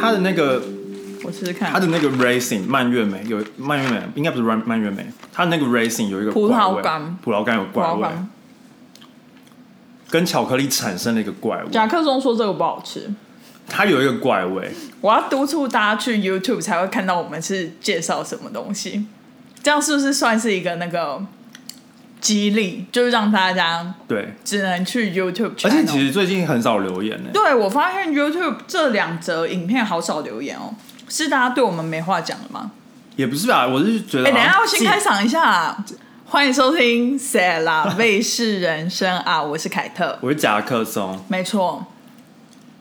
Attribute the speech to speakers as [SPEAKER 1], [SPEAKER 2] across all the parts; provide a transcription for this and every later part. [SPEAKER 1] 他的那个
[SPEAKER 2] 我试试
[SPEAKER 1] 他
[SPEAKER 2] 看。
[SPEAKER 1] 的那个 racing 蔓越莓有蔓越莓，应该不是蔓蔓越莓，他那个 racing 有一个
[SPEAKER 2] 葡
[SPEAKER 1] 怪
[SPEAKER 2] 萄
[SPEAKER 1] 味
[SPEAKER 2] 干
[SPEAKER 1] 葡萄干有
[SPEAKER 2] 葡
[SPEAKER 1] 怪
[SPEAKER 2] 萄
[SPEAKER 1] 味，
[SPEAKER 2] 干，
[SPEAKER 1] 跟巧克力产生了一个怪味，
[SPEAKER 2] 甲克松说这个不好吃。
[SPEAKER 1] 它有一个怪味。
[SPEAKER 2] 我要督促大家去 YouTube 才会看到我们是介绍什么东西，这样是不是算是一个那个激励，就是让大家
[SPEAKER 1] 对，
[SPEAKER 2] 只能去
[SPEAKER 1] 而
[SPEAKER 2] YouTube channel。
[SPEAKER 1] 且其实最近很少留言呢、
[SPEAKER 2] 对我发现 YouTube 这两则影片好少留言哦，是大家对我们没话讲了吗？
[SPEAKER 1] 也不是啊，我是觉得好
[SPEAKER 2] 哎、等一
[SPEAKER 1] 像
[SPEAKER 2] 下我先
[SPEAKER 1] 自己
[SPEAKER 2] 开场一下，欢迎收听《塞啦卫视人生》啊，我是凯特，
[SPEAKER 1] 我是夹克松。
[SPEAKER 2] 没错，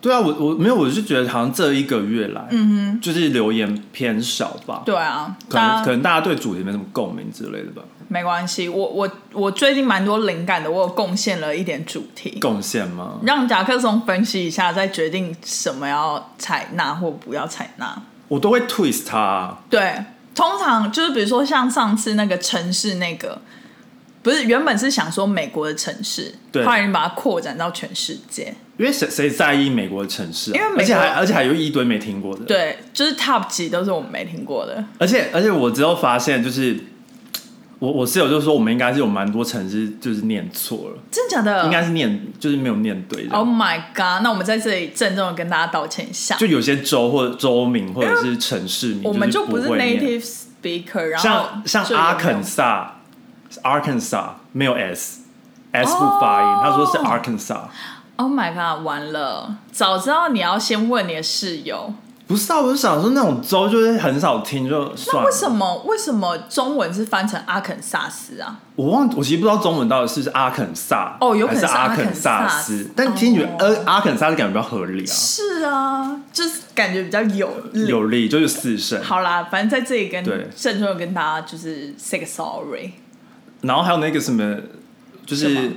[SPEAKER 1] 对啊，我我没有，我是觉得好像这一个月来，嗯哼，就是留言偏少吧。
[SPEAKER 2] 对啊，
[SPEAKER 1] 可能
[SPEAKER 2] 大
[SPEAKER 1] 可
[SPEAKER 2] 家
[SPEAKER 1] 能大家对主题没什么共鸣之类的吧，
[SPEAKER 2] 没关系，我我我最近蛮多灵感的，我有贡献了一点主题。
[SPEAKER 1] 贡献吗？
[SPEAKER 2] 让甲克松分析一下，再决定什么要采纳或不要采纳。
[SPEAKER 1] 我都会 twist 它啊、
[SPEAKER 2] 对，通常就是比如说像上次那个城市那个，不是原本是想说美国的城市，
[SPEAKER 1] 对
[SPEAKER 2] 后来你把它扩展到全世界，
[SPEAKER 1] 因为谁谁在意美国的城市、啊？
[SPEAKER 2] 因为美国
[SPEAKER 1] 而且还而且还有一堆没听过的。，
[SPEAKER 2] 对，就是 top 级都是我们没听过的，
[SPEAKER 1] 而且而且我之后发现，就是我我室友就说，我们应该是有蛮多城市就是念错了，
[SPEAKER 2] 真假的？
[SPEAKER 1] 应该是念就是没有念对的。
[SPEAKER 2] Oh my god！那我们在这里郑重的跟大家道歉一下，
[SPEAKER 1] 就有些州或者州名或者是城市名，
[SPEAKER 2] 我们
[SPEAKER 1] 就
[SPEAKER 2] 就不是
[SPEAKER 1] 会念
[SPEAKER 2] native speaker，然后
[SPEAKER 1] 像像
[SPEAKER 2] 就有没有
[SPEAKER 1] 阿肯萨，Arkansas 没有 S，S 不发音，
[SPEAKER 2] 哦
[SPEAKER 1] 他说是 Arkansas，
[SPEAKER 2] Oh my god！完了，早知道你要先问你的室友，
[SPEAKER 1] 不是啊，我就想说那种州就是很少听，就算了。
[SPEAKER 2] 为什么为什么中文是翻成阿肯萨斯啊？
[SPEAKER 1] 我忘，我其实不知道中文到底是不是阿肯萨，
[SPEAKER 2] 哦有可能
[SPEAKER 1] 还
[SPEAKER 2] 是
[SPEAKER 1] 是阿肯萨
[SPEAKER 2] 阿肯萨
[SPEAKER 1] 斯
[SPEAKER 2] 斯，
[SPEAKER 1] 但听觉
[SPEAKER 2] 哦
[SPEAKER 1] 呃阿肯萨斯感觉比较合理啊，
[SPEAKER 2] 是啊，就是感觉比较有力。
[SPEAKER 1] 有力就是四声。
[SPEAKER 2] 好啦，反正在这里跟
[SPEAKER 1] 对
[SPEAKER 2] 郑重地跟大家就是 say 个 sorry。
[SPEAKER 1] 然后还有那个什么，就
[SPEAKER 2] 什
[SPEAKER 1] 是
[SPEAKER 2] 么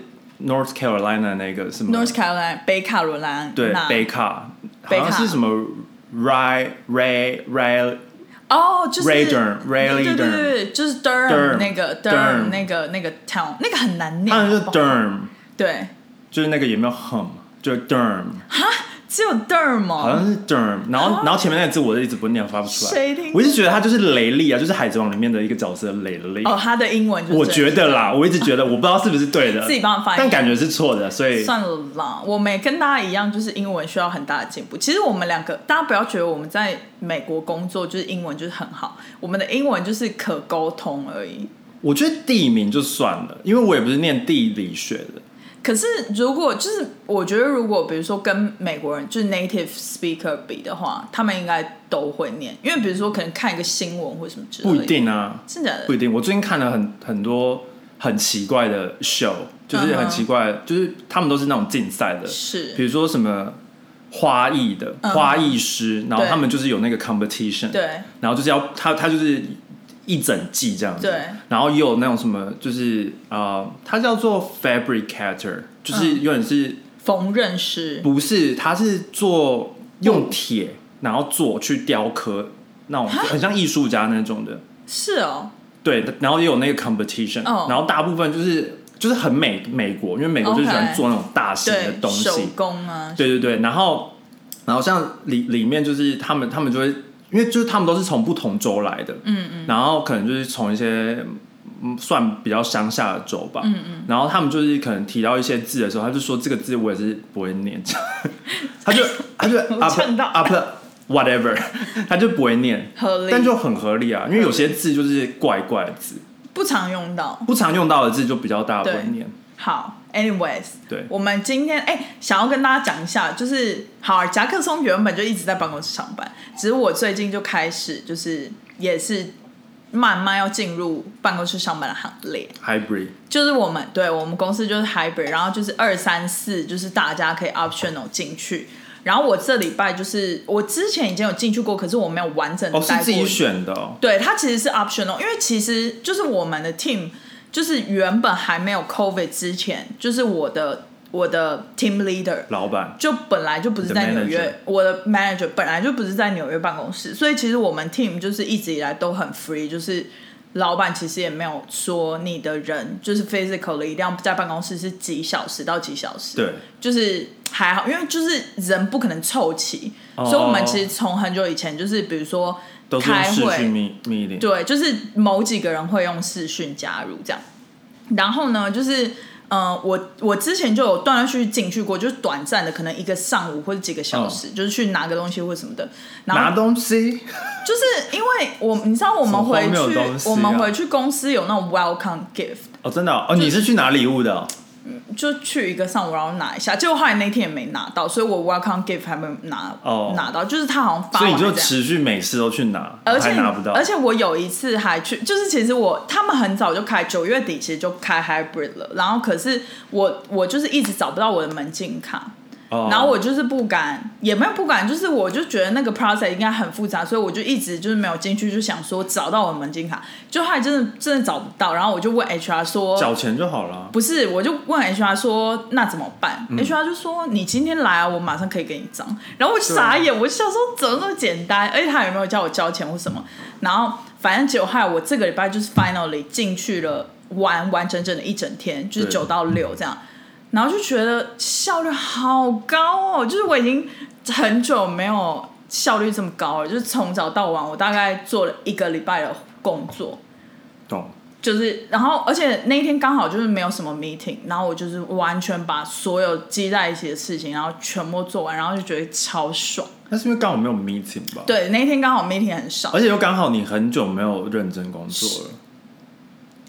[SPEAKER 1] North Carolina 那个什么
[SPEAKER 2] North Carolina 北卡罗来
[SPEAKER 1] 对
[SPEAKER 2] 纳
[SPEAKER 1] 北卡，好
[SPEAKER 2] 北卡
[SPEAKER 1] 像是什么 Ray Ray Ray
[SPEAKER 2] 哦，就是
[SPEAKER 1] Rayburn-
[SPEAKER 2] 对
[SPEAKER 1] Rayleigh
[SPEAKER 2] 对对对，就是 Durham
[SPEAKER 1] Durham-
[SPEAKER 2] 那个
[SPEAKER 1] Durham
[SPEAKER 2] Durham 那个那个 town 那个很难念，
[SPEAKER 1] 他们就是
[SPEAKER 2] 好不好
[SPEAKER 1] Derm，
[SPEAKER 2] 对，
[SPEAKER 1] 就是那个也没有 hum，就是 Derm。
[SPEAKER 2] 只有 Durham
[SPEAKER 1] 好
[SPEAKER 2] 哦
[SPEAKER 1] 像是 derm，然后、然后前面那个字我一直不念发不出来，
[SPEAKER 2] 谁听过
[SPEAKER 1] 我一直觉得他就是雷利啊，就是海贼王里面的一个角色雷利。
[SPEAKER 2] 哦，他的英文就 是
[SPEAKER 1] 我
[SPEAKER 2] 这
[SPEAKER 1] 觉
[SPEAKER 2] 样
[SPEAKER 1] 得啦，我一直觉得我不知道是不是对的，
[SPEAKER 2] 自己帮我翻译
[SPEAKER 1] 但感觉是错的，所以
[SPEAKER 2] 算了啦，我们也跟大家一样，就是英文需要很大的进步。其实我们两个，大家不要觉得我们在美国工作就是英文就是很好，我们的英文就是可沟通而已。
[SPEAKER 1] 我觉得地名就算了，因为我也不是念地理学的，
[SPEAKER 2] 可是如果就是我觉得，如果比如说跟美国人就是 native speaker 比的话，他们应该都会念，因为比如说可能看一个新闻或什么之类
[SPEAKER 1] 不
[SPEAKER 2] 的，
[SPEAKER 1] 一，定啊，
[SPEAKER 2] 真的假的
[SPEAKER 1] 不一定。我最近看了很很多很奇怪的 show，就是
[SPEAKER 2] 嗯
[SPEAKER 1] 很
[SPEAKER 2] 哼
[SPEAKER 1] 奇怪就是他们都是那种竞赛的，比
[SPEAKER 2] 是，
[SPEAKER 1] 如说什么花艺的花艺师，然后
[SPEAKER 2] 对
[SPEAKER 1] 他们就是有那个 competition，
[SPEAKER 2] 对，
[SPEAKER 1] 然后就是要他他就是一整季这样子，
[SPEAKER 2] 对
[SPEAKER 1] 然后也有那种什么就是呃，它叫做 fabricator，就是
[SPEAKER 2] 嗯
[SPEAKER 1] 有点是、
[SPEAKER 2] 缝纫师，
[SPEAKER 1] 不是它是做用铁然后做去雕刻那种很像艺术家那种的，
[SPEAKER 2] 是哦，
[SPEAKER 1] 对，然后也有那个 competition，、
[SPEAKER 2] 哦
[SPEAKER 1] 然后大部分就是就是很美美国，因为美国就喜欢
[SPEAKER 2] OK
[SPEAKER 1] 做那种大型的
[SPEAKER 2] 对，
[SPEAKER 1] 东西，
[SPEAKER 2] 手工啊，
[SPEAKER 1] 对对对，然后然后像里里面就是他们他们就会，因为就是他们都是从不同州来的，嗯嗯，然后可能就是从一些嗯算比较乡下的州吧，嗯嗯，然后他们就是可能提到一些字的时候，他就说这个字我也是不会念， 他就他就啊
[SPEAKER 2] 我
[SPEAKER 1] up
[SPEAKER 2] 呛到
[SPEAKER 1] up whatever，他 就不会念。
[SPEAKER 2] 合理，
[SPEAKER 1] 但就很合理啊，因为有些字就是怪怪的字，
[SPEAKER 2] 不常用到。
[SPEAKER 1] 不常用到的字就比较大家不会
[SPEAKER 2] 对
[SPEAKER 1] 念。
[SPEAKER 2] 好，anyways，
[SPEAKER 1] 对
[SPEAKER 2] 我们今天哎、想要跟大家讲一下，就是好，夹克松原本就一直在办公室上班，只是我最近就开始就是也是慢慢要进入办公室上班的行列，
[SPEAKER 1] Hybrid
[SPEAKER 2] 就是我们对我们公司就是 hybrid，然后就是二三四，就是大家可以 optional 进去。然后我这礼拜就是我之前已经有进去过，可是我没有完整的
[SPEAKER 1] 哦是
[SPEAKER 2] 待过。
[SPEAKER 1] 自己选的哦，
[SPEAKER 2] 对，它其实是 optional，因为其实就是我们的 team，就是原本还没有 COVID 之前，就是我的我的 team leader
[SPEAKER 1] 老板
[SPEAKER 2] 就本来就不是
[SPEAKER 1] The
[SPEAKER 2] 在纽
[SPEAKER 1] manager
[SPEAKER 2] 约，我的 manager 本来就不是在纽约办公室，所以其实我们 team 就是一直以来都很 free，就是老板其实也没有说你的人就是 physically 一定要在办公室是几小时到几小时，
[SPEAKER 1] 对，
[SPEAKER 2] 就是还好，因为就是人不可能凑齐，
[SPEAKER 1] 哦
[SPEAKER 2] 所以我们其实从很久以前就是，比如说
[SPEAKER 1] 都是用
[SPEAKER 2] 开
[SPEAKER 1] 视讯
[SPEAKER 2] 会，
[SPEAKER 1] 密密令，
[SPEAKER 2] 对，就是某几个人会用视讯加入这样。然后呢，就是呃，我我之前就有断断续续进去过，就是短暂的，可能一个上午或者几个小时，就是去拿个东西或什么的。
[SPEAKER 1] 嗯
[SPEAKER 2] 然
[SPEAKER 1] 拿
[SPEAKER 2] 后
[SPEAKER 1] 东西，
[SPEAKER 2] 就是因为我，你知道我们回
[SPEAKER 1] 什么荒谬
[SPEAKER 2] 去，
[SPEAKER 1] 的东西啊
[SPEAKER 2] 我们回去公司有那种 welcome gift，
[SPEAKER 1] 哦，真的哦，哦你是去拿礼物的哦，
[SPEAKER 2] 就去一个上午然后拿一下，结果后来那天也没拿到，所以我 welcome gift 还没有拿、
[SPEAKER 1] 哦
[SPEAKER 2] 拿到，就是他好像发
[SPEAKER 1] 所
[SPEAKER 2] 完
[SPEAKER 1] 以啊你
[SPEAKER 2] 还
[SPEAKER 1] 就
[SPEAKER 2] 这样
[SPEAKER 1] 持续每次都去拿，
[SPEAKER 2] 而且
[SPEAKER 1] 还拿不到，
[SPEAKER 2] 而且我有一次还去，就是其实我他们很早就开，九月底其实就开 hybrid 了，然后可是我我就是一直找不到我的门禁卡，
[SPEAKER 1] 哦
[SPEAKER 2] 然后我就是不敢，也没有不敢，就是我就觉得那个 process 应该很复杂，所以我就一直就是没有进去，就想说找到我的门禁卡，就后来真的真的找不到，然后我就问 HR 说，
[SPEAKER 1] 缴钱就好了，
[SPEAKER 2] 不是，我就问 HR 说那怎么办、h r 就说你今天来啊，我马上可以给你一张。然后我就傻眼，我就想说怎么那么简单？而且他也没有叫我交钱或什么。然后反正结果害我这个礼拜就是 finally 进去了完完整整的一整天，就是
[SPEAKER 1] 对
[SPEAKER 2] 九到六这样。然后就觉得效率好高哦，就是我已经很久没有效率这么高了，就是从早到晚我大概做了一个礼拜的工作。
[SPEAKER 1] 懂，
[SPEAKER 2] 就是，然后而且那一天刚好就是没有什么 meeting，然后我就是完全把所有积在一起的事情，然后全部做完，然后就觉得超爽。
[SPEAKER 1] 那是因为刚好没有 meeting 吧，
[SPEAKER 2] 对，那一天刚好 meeting 很少
[SPEAKER 1] 而，且又刚好你很久没有认真工作了，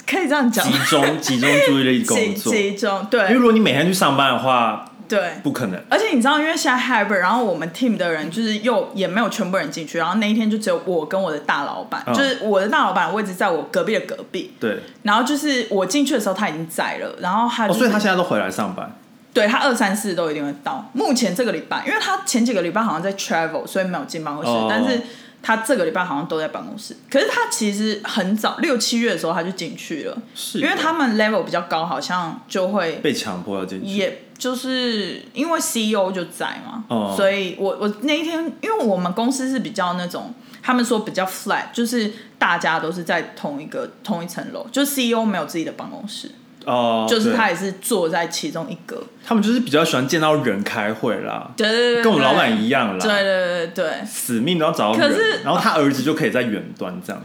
[SPEAKER 2] 可以这样讲
[SPEAKER 1] 集， 中集中注意力
[SPEAKER 2] 集
[SPEAKER 1] 工作，因
[SPEAKER 2] 集中
[SPEAKER 1] 为
[SPEAKER 2] 对
[SPEAKER 1] 如果你每天去上班的话，
[SPEAKER 2] 对。
[SPEAKER 1] 不可能，
[SPEAKER 2] 而且你知道，因为现在 hybrid，然后我们 team 的人就是又也没有全部人进去，然后那一天就只有我跟我的大老板，
[SPEAKER 1] 嗯
[SPEAKER 2] 就是我的大老板的位置在我隔壁的隔壁，
[SPEAKER 1] 对，
[SPEAKER 2] 然后就是我进去的时候他已经在了，然后他、
[SPEAKER 1] 哦，
[SPEAKER 2] 就是
[SPEAKER 1] 所以他现在都回来上班，
[SPEAKER 2] 对他二三四都一定会到。目前这个礼拜，因为他前几个礼拜好像在 travel，所以没有进办公室，
[SPEAKER 1] 哦
[SPEAKER 2] 但是他这个礼拜好像都在办公室。可是他其实很早六七月的时候他就进去了，
[SPEAKER 1] 是
[SPEAKER 2] 因为他们 level 比较高，好像就会
[SPEAKER 1] 被强迫要进去，
[SPEAKER 2] 也就是因为 CEO 就在嘛，
[SPEAKER 1] 哦
[SPEAKER 2] 所以我我那一天，因为我们公司是比较那种，他们说比较 flat，就是大家都是在同一个同一层楼，就 CEO 没有自己的办公室，
[SPEAKER 1] 哦，
[SPEAKER 2] 就是
[SPEAKER 1] 对
[SPEAKER 2] 他也是坐在其中一格。
[SPEAKER 1] 他们就是比较喜欢见到人开会啦，
[SPEAKER 2] 对对对，
[SPEAKER 1] 跟我们老板
[SPEAKER 2] 样。
[SPEAKER 1] 一样啦，
[SPEAKER 2] 对对对对
[SPEAKER 1] 死命都要找到
[SPEAKER 2] 可是哦
[SPEAKER 1] 人，然后他儿子就可以在远端这样。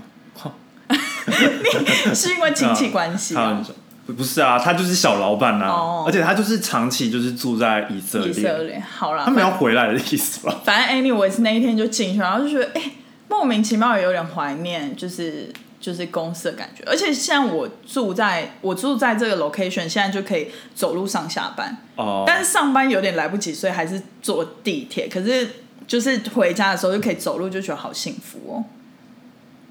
[SPEAKER 2] 对，是因为亲戚关系
[SPEAKER 1] 他
[SPEAKER 2] 啊、
[SPEAKER 1] 很不不是啊，他就是小老板呐、啊
[SPEAKER 2] 哦
[SPEAKER 1] 而且他就是长期就是住在以色列，
[SPEAKER 2] 以色列。好啦，
[SPEAKER 1] 他没
[SPEAKER 2] 反
[SPEAKER 1] 有回来的意思吧？
[SPEAKER 2] 反正 anyways 那一天就进去，然后就觉得哎、莫名其妙有点怀念，就是就是公司的感觉。而且像我住在我住在这个 location，现在就可以走路上下班，
[SPEAKER 1] 哦，
[SPEAKER 2] 但是上班有点来不及，所以还是坐地铁。可是就是回家的时候就可以走路，就觉得好幸福哦。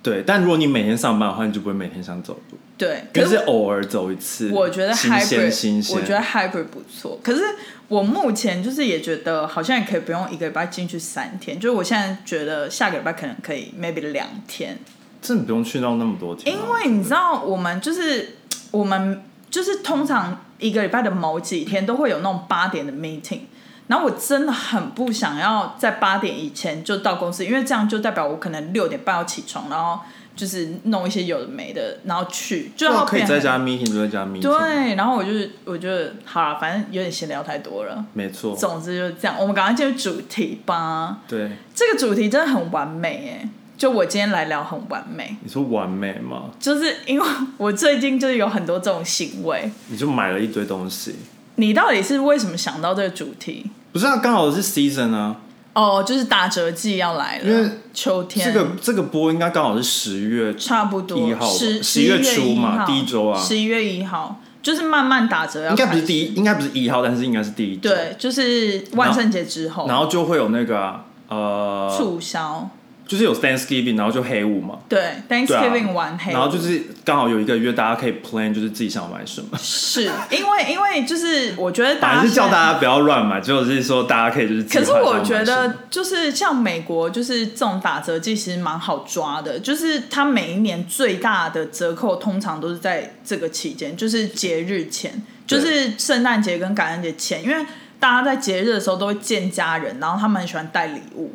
[SPEAKER 1] 对，但如果你每天上班的话，你就不会每天想走路，
[SPEAKER 2] 对，可
[SPEAKER 1] 就是是偶尔走一次。
[SPEAKER 2] 我觉得
[SPEAKER 1] 新鲜
[SPEAKER 2] hybrid，
[SPEAKER 1] 新鲜，
[SPEAKER 2] 我觉得 hybrid 不错。可是我目前就是也觉得好像也可以不用一个礼拜进去三天，就是我现在觉得下个礼拜可能可以 maybe 两天，
[SPEAKER 1] 真的不用去到那么多天、啊，
[SPEAKER 2] 因为你知道我们就是我们就是通常一个礼拜的某几天都会有那种八点的 meeting。然后我真的很不想要在八点以前就到公司，因为这样就代表我可能六点半要起床，然后就是弄一些有的没的，然后去，就
[SPEAKER 1] 对啊
[SPEAKER 2] 要
[SPEAKER 1] 可以
[SPEAKER 2] 变
[SPEAKER 1] 在
[SPEAKER 2] 很
[SPEAKER 1] 家 meeting 就在家 meeting，，
[SPEAKER 2] 对，然后我就是我觉得好了，反正有点闲聊太多了。
[SPEAKER 1] 没错，
[SPEAKER 2] 总之就是这样，我们赶快进入主题吧。
[SPEAKER 1] 对，
[SPEAKER 2] 这个主题真的很完美哎，就我今天来聊很完美，
[SPEAKER 1] 你说完美吗？
[SPEAKER 2] 就是因为我最近就是有很多这种行为。
[SPEAKER 1] 你就买了一堆东西，
[SPEAKER 2] 你到底是为什么想到这个主题？
[SPEAKER 1] 不是啊，刚好是 season 啊，
[SPEAKER 2] 哦，就是打折季要来了，
[SPEAKER 1] 因为
[SPEAKER 2] 秋天
[SPEAKER 1] 这个这个播应该刚好是十月
[SPEAKER 2] 差不
[SPEAKER 1] 一
[SPEAKER 2] 多
[SPEAKER 1] 号吧
[SPEAKER 2] 十
[SPEAKER 1] 11月初嘛第一周啊
[SPEAKER 2] 十一月一号就是慢慢打折要
[SPEAKER 1] 应该不是
[SPEAKER 2] 开
[SPEAKER 1] 第一，应该不是一号，但是应该是第一周。
[SPEAKER 2] 对，就是万圣节之后，
[SPEAKER 1] 然后就会有那个啊、呃，
[SPEAKER 2] 促销。
[SPEAKER 1] 就是有 Thanksgiving，然后就黑五嘛，
[SPEAKER 2] 对
[SPEAKER 1] 对啊
[SPEAKER 2] ，Thanksgiving 玩黑，
[SPEAKER 1] 然后就是刚好有一个月，大家可以 plan，就是自己想买什么。
[SPEAKER 2] 是因为因为就是我觉得大
[SPEAKER 1] 反
[SPEAKER 2] 家
[SPEAKER 1] 正是叫
[SPEAKER 2] 现在
[SPEAKER 1] 大家不要乱买，就是说大家可以就是自己
[SPEAKER 2] 可是我觉
[SPEAKER 1] 看想买什
[SPEAKER 2] 得
[SPEAKER 1] 么，
[SPEAKER 2] 就是像美国，就是这种打折季其实蛮好抓的，就是它每一年最大的折扣通常都是在这个期间，就是节日前，就
[SPEAKER 1] 对
[SPEAKER 2] 是圣诞节跟感恩节前，因为大家在节日的时候都会见家人，然后他们很喜欢带礼物，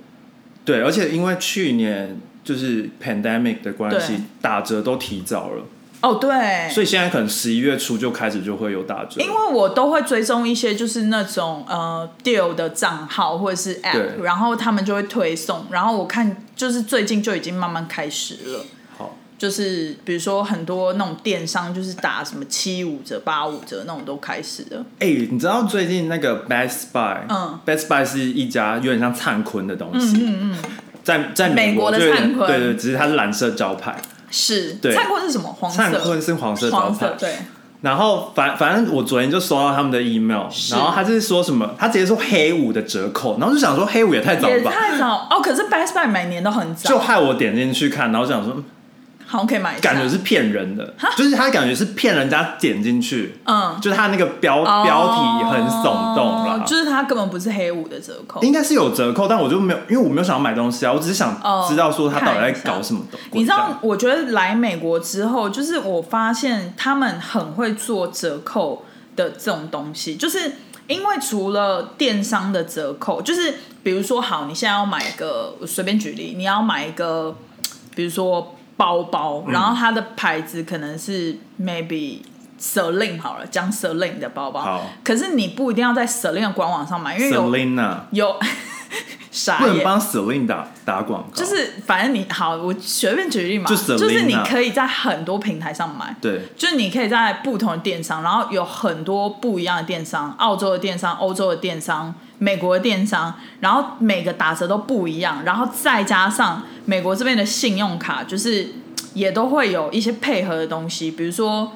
[SPEAKER 1] 对，而且因为去年就是 pandemic 的关
[SPEAKER 2] 对
[SPEAKER 1] 系，打折都提早了，
[SPEAKER 2] 哦，对，
[SPEAKER 1] 所以现在可能十一月初就开始就会有打折，
[SPEAKER 2] 因为我都会追踪一些就是那种呃 deal 的账号或者是 app，
[SPEAKER 1] 对
[SPEAKER 2] 然后他们就会推送，然后我看就是最近就已经慢慢开始了。
[SPEAKER 1] 好，
[SPEAKER 2] 就是比如说很多那种电商，就是打什么七五折、八五折那种都开始了。
[SPEAKER 1] 哎、你知道最近那个 Best Buy，
[SPEAKER 2] 嗯
[SPEAKER 1] ，Best Buy 是一家有点像灿坤的东西，嗯嗯在在
[SPEAKER 2] 美国的
[SPEAKER 1] 就有点
[SPEAKER 2] 灿坤
[SPEAKER 1] 对对，只是它是蓝色招牌，
[SPEAKER 2] 是，
[SPEAKER 1] 对
[SPEAKER 2] 灿坤是什么？黄色。
[SPEAKER 1] 灿坤是黄色招
[SPEAKER 2] 黄
[SPEAKER 1] 牌
[SPEAKER 2] 色，，对，
[SPEAKER 1] 然后反反正我昨天就收到他们的 email，然后他就是说什么，他直接说黑五的折扣，然后就想说黑五也太早
[SPEAKER 2] 也
[SPEAKER 1] 了吧，
[SPEAKER 2] 太早哦。可是 Best Buy 每年都很早，
[SPEAKER 1] 就害我点进去看，然后想说嗯
[SPEAKER 2] 好像可以买一下。
[SPEAKER 1] 感觉是骗人的，就是他感觉是骗人家点进去，
[SPEAKER 2] 嗯，
[SPEAKER 1] 就是他那个标、标题很耸动
[SPEAKER 2] 哦
[SPEAKER 1] 啦，
[SPEAKER 2] 就是它根本不是黑五的折扣。
[SPEAKER 1] 应该是有折扣，但我就没有，因为我没有想要买东西啊，我只是想
[SPEAKER 2] 哦
[SPEAKER 1] 知道说他到底在
[SPEAKER 2] 看一下
[SPEAKER 1] 搞什么东西。
[SPEAKER 2] 你知
[SPEAKER 1] 这
[SPEAKER 2] 道
[SPEAKER 1] 样，
[SPEAKER 2] 我觉得来美国之后，就是我发现他们很会做折扣的这种东西，就是因为除了电商的折扣，就是比如说，好，你现在要买一个，我随便举例，你要买一个，比如说包包，
[SPEAKER 1] 嗯
[SPEAKER 2] 然后它的牌子可能是 maybe。Celine 好了，讲 Celine 的包包
[SPEAKER 1] 好，
[SPEAKER 2] 可是你不一定要在 Celine 的官网上买，因为有
[SPEAKER 1] Selina
[SPEAKER 2] 有 傻
[SPEAKER 1] 不能
[SPEAKER 2] 眼
[SPEAKER 1] 帮 Selina 打打广告，
[SPEAKER 2] 就是反正你好，我随便举例嘛，
[SPEAKER 1] 就啊
[SPEAKER 2] 就是你
[SPEAKER 1] Selena
[SPEAKER 2] 可以在很多平台上买，
[SPEAKER 1] 对
[SPEAKER 2] 就是你可以在不同的电商，然后有很多不一样的电商，澳洲的电商、欧洲的电商、美国的电商，然后每个打折都不一样，然后再加上美国这边的信用卡，就是也都会有一些配合的东西，比如说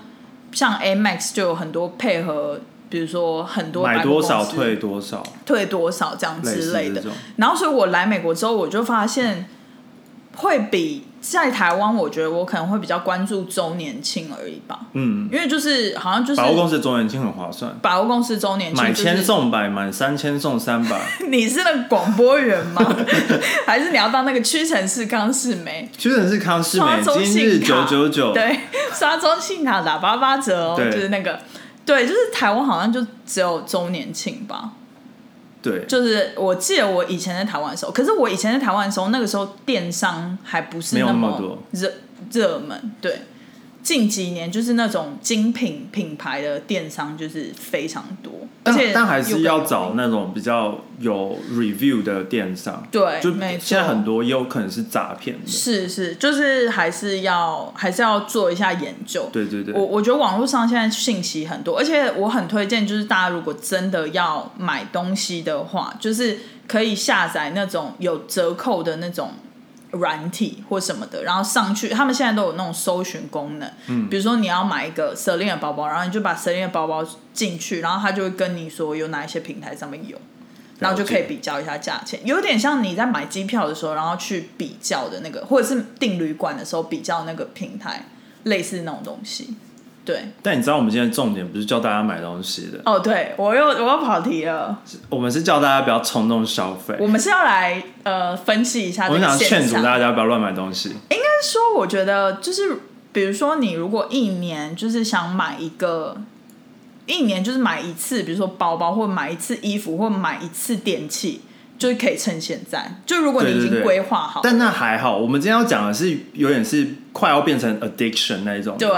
[SPEAKER 2] 像 Amex 就有很多配合，比如说很多
[SPEAKER 1] 买
[SPEAKER 2] 百货
[SPEAKER 1] 多
[SPEAKER 2] 公
[SPEAKER 1] 少
[SPEAKER 2] 司
[SPEAKER 1] 退多少，
[SPEAKER 2] 退多少这样之类
[SPEAKER 1] 类似
[SPEAKER 2] 的
[SPEAKER 1] 这种。
[SPEAKER 2] 然后，所以我来美国之后，我就发现会比在台湾，我觉得我可能会比较关注周年庆而已吧，
[SPEAKER 1] 嗯，
[SPEAKER 2] 因为就是好像就是
[SPEAKER 1] 百货公司的周年庆很划算。
[SPEAKER 2] 百货公司周年庆、
[SPEAKER 1] 买
[SPEAKER 2] 就是，
[SPEAKER 1] 千送百，满三千送三百。
[SPEAKER 2] 你是那个广播员吗？ 还是你要当那个屈臣氏、康世美？
[SPEAKER 1] 屈臣氏康士
[SPEAKER 2] 刷
[SPEAKER 1] 美
[SPEAKER 2] 中
[SPEAKER 1] 今日
[SPEAKER 2] 信
[SPEAKER 1] 九
[SPEAKER 2] 卡
[SPEAKER 1] 九九，
[SPEAKER 2] 对，刷中信卡打八八折哦，
[SPEAKER 1] 哦对
[SPEAKER 2] 就是那个，对，就是台湾好像就只有周年庆吧，
[SPEAKER 1] 对，
[SPEAKER 2] 就是我记得我以前在台湾的时候，可是我以前在台湾的时候，那个时候电商还不是
[SPEAKER 1] 没有
[SPEAKER 2] 那
[SPEAKER 1] 那么
[SPEAKER 2] 么
[SPEAKER 1] 多
[SPEAKER 2] 热热门。对，近几年就是那种精品品牌的电商就是非常多，而
[SPEAKER 1] 但
[SPEAKER 2] 且
[SPEAKER 1] 但还是
[SPEAKER 2] 又
[SPEAKER 1] 要
[SPEAKER 2] 更
[SPEAKER 1] 找那种比较有 review 的电商。
[SPEAKER 2] 对
[SPEAKER 1] 就
[SPEAKER 2] 没错
[SPEAKER 1] 现在很多也有可能是诈骗的。
[SPEAKER 2] 是是，就是还是要还是要做一下研究。
[SPEAKER 1] 对对
[SPEAKER 2] 我
[SPEAKER 1] 对，
[SPEAKER 2] 我觉得网络上现在信息很多，而且我很推荐，就是大家如果真的要买东西的话，就是可以下载那种有折扣的那种软体或什么的，然后上去，他们现在都有那种搜寻功能，嗯，比如说你要买一个 Celine 的包包，然后你就把 Celine 的包包进去，然后他就会跟你说有哪一些平台上面有。然后就可以比较一下价钱，有点像你在买机票的时候，然后去比较的那个，或者是订旅馆的时候比较那个平台，类似那种东西。对，
[SPEAKER 1] 但你知道我们现在重点不是教大家买东西的，
[SPEAKER 2] 哦，对我又我又跑题了。
[SPEAKER 1] 我们是教大家不要冲动消费。
[SPEAKER 2] 我们是要来呃分析一下
[SPEAKER 1] 我
[SPEAKER 2] 这
[SPEAKER 1] 们
[SPEAKER 2] 个
[SPEAKER 1] 想
[SPEAKER 2] 现
[SPEAKER 1] 劝阻
[SPEAKER 2] 象。
[SPEAKER 1] 大
[SPEAKER 2] 但
[SPEAKER 1] 家不要乱买东西。
[SPEAKER 2] 是说，我觉得就是，比如说你如果一年就是想买一个，一年就是买一次，比如说包包或买一次衣服或买一次电器，就是可以趁现在。就如果你已
[SPEAKER 1] 对对
[SPEAKER 2] 经
[SPEAKER 1] 对
[SPEAKER 2] 规划好了
[SPEAKER 1] 但那还好，我们今天要讲的是有点是快要变成 addiction 那一种。
[SPEAKER 2] 对，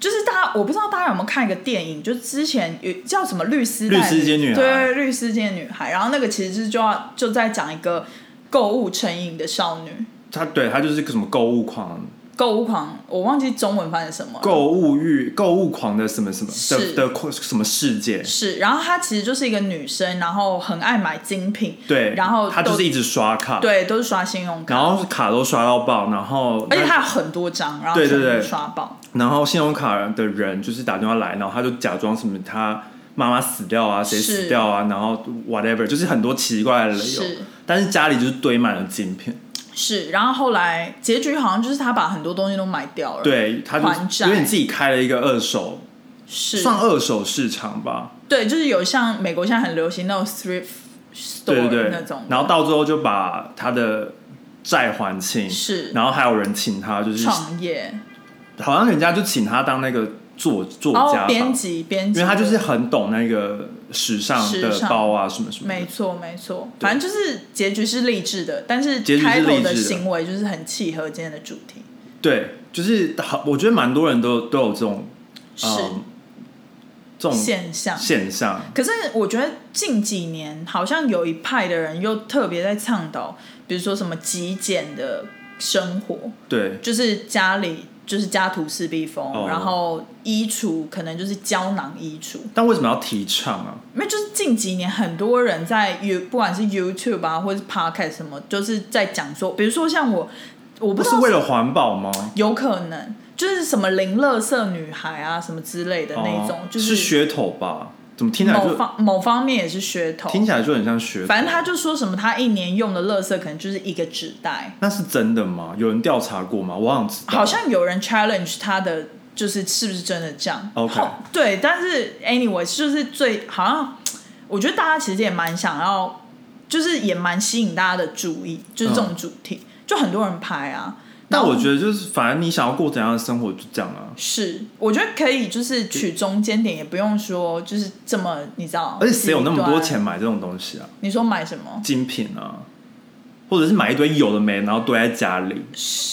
[SPEAKER 2] 就是大家，我不知道大家有没有看一个电影，就是之前有叫什么律师
[SPEAKER 1] 律师街女孩
[SPEAKER 2] 对，律师街女孩。然后那个其实就是就要就在讲一个购物成瘾的少女，
[SPEAKER 1] 它对它就是个什么购物
[SPEAKER 2] 哦
[SPEAKER 1] 狂、
[SPEAKER 2] 购物狂，我忘记中文翻译什么了。
[SPEAKER 1] 购物欲、购物狂的什么什么
[SPEAKER 2] 是
[SPEAKER 1] 的的的什么世界。
[SPEAKER 2] 是，然后她其实就是一个女生，然后很爱买精品，
[SPEAKER 1] 对，
[SPEAKER 2] 然后
[SPEAKER 1] 他
[SPEAKER 2] 都
[SPEAKER 1] 就是一直刷卡，，
[SPEAKER 2] 对，都是刷信用卡，
[SPEAKER 1] 然后卡都刷到爆，然后
[SPEAKER 2] 而且她有很多张，然后
[SPEAKER 1] 对对
[SPEAKER 2] 全部
[SPEAKER 1] 对
[SPEAKER 2] 刷爆。
[SPEAKER 1] 然后信用卡的人就是打电话来，然后他就假装什么他妈妈死掉啊，谁
[SPEAKER 2] 是
[SPEAKER 1] 死掉啊，然后 whatever，就是很多奇怪的理由
[SPEAKER 2] 是。
[SPEAKER 1] 但是家里就是堆满了精品，
[SPEAKER 2] 是，然后后来结局好像就是她把很多东西都买掉了，，
[SPEAKER 1] 对，他
[SPEAKER 2] 呃还
[SPEAKER 1] 就
[SPEAKER 2] 债
[SPEAKER 1] 有点自己开了一个二手，
[SPEAKER 2] 是
[SPEAKER 1] 算二手市场吧，
[SPEAKER 2] 对，就是有像美国现在很流行那种 thrift store
[SPEAKER 1] 对对
[SPEAKER 2] 那
[SPEAKER 1] 对
[SPEAKER 2] 种，，
[SPEAKER 1] 然后到最后就把他的债还清，
[SPEAKER 2] 是
[SPEAKER 1] 然后还有人请他，就是
[SPEAKER 2] 创业，
[SPEAKER 1] 好像人家就请他当那个作作
[SPEAKER 2] 然后
[SPEAKER 1] 家吧，
[SPEAKER 2] 哦编辑编
[SPEAKER 1] 因
[SPEAKER 2] 辑，
[SPEAKER 1] 为他就是很懂那个时尚
[SPEAKER 2] 时
[SPEAKER 1] 的
[SPEAKER 2] 尚
[SPEAKER 1] 包啊什么什么的，
[SPEAKER 2] 没错没错，反正就是结局是励志的，但是
[SPEAKER 1] 结局是
[SPEAKER 2] 开头
[SPEAKER 1] 励志的
[SPEAKER 2] 行为就是很契合今天的主题，
[SPEAKER 1] 对，就是好，我觉得蛮多人都都有这种，
[SPEAKER 2] 是
[SPEAKER 1] 嗯，这种
[SPEAKER 2] 现象。
[SPEAKER 1] 现象，
[SPEAKER 2] 可是我觉得近几年好像有一派的人又特别在倡导，比如说什么极简的生活，
[SPEAKER 1] 对，
[SPEAKER 2] 就是家里就是家徒四壁风，
[SPEAKER 1] 哦
[SPEAKER 2] 然后衣橱可能就是胶囊衣橱，
[SPEAKER 1] 但为什么要提倡啊？
[SPEAKER 2] 因为就是近几年很多人在 You 不管是 YouTube 啊，或是 Podcast 什么，就是在讲说，比如说像我，我不
[SPEAKER 1] 不
[SPEAKER 2] 知
[SPEAKER 1] 是
[SPEAKER 2] 道
[SPEAKER 1] 为了环保吗？
[SPEAKER 2] 有可能就是什么零垃圾女孩啊什么之类的那种，
[SPEAKER 1] 哦
[SPEAKER 2] 就是
[SPEAKER 1] 噱头吧？怎么听起来
[SPEAKER 2] 某
[SPEAKER 1] 就
[SPEAKER 2] 方某方面也是噱头。
[SPEAKER 1] 听起来就很像噱头？
[SPEAKER 2] 反正他就说什么，他一年用的垃圾可能就是一个纸袋，
[SPEAKER 1] 那是真的吗？有人调查过吗？我好想知道。
[SPEAKER 2] 好像有人 challenge 他的，就是是不是真的这样
[SPEAKER 1] OK
[SPEAKER 2] 后对，但是 anyway，就是最好像我觉得大家其实也蛮想要，就是也蛮吸引大家的注意，就是这种主
[SPEAKER 1] 嗯
[SPEAKER 2] 题，就很多人拍啊。
[SPEAKER 1] 但我
[SPEAKER 2] 得
[SPEAKER 1] 觉得就是，反正你想要过怎样的生活就这样啊。
[SPEAKER 2] 是，我觉得可以，就是取中间点，也不用说就是这么，你知道？
[SPEAKER 1] 而且谁有那么多钱
[SPEAKER 2] 极端？
[SPEAKER 1] 买这种东西啊？
[SPEAKER 2] 你说买什么？
[SPEAKER 1] 精品啊，或者是买一堆有的没，然后堆在家里，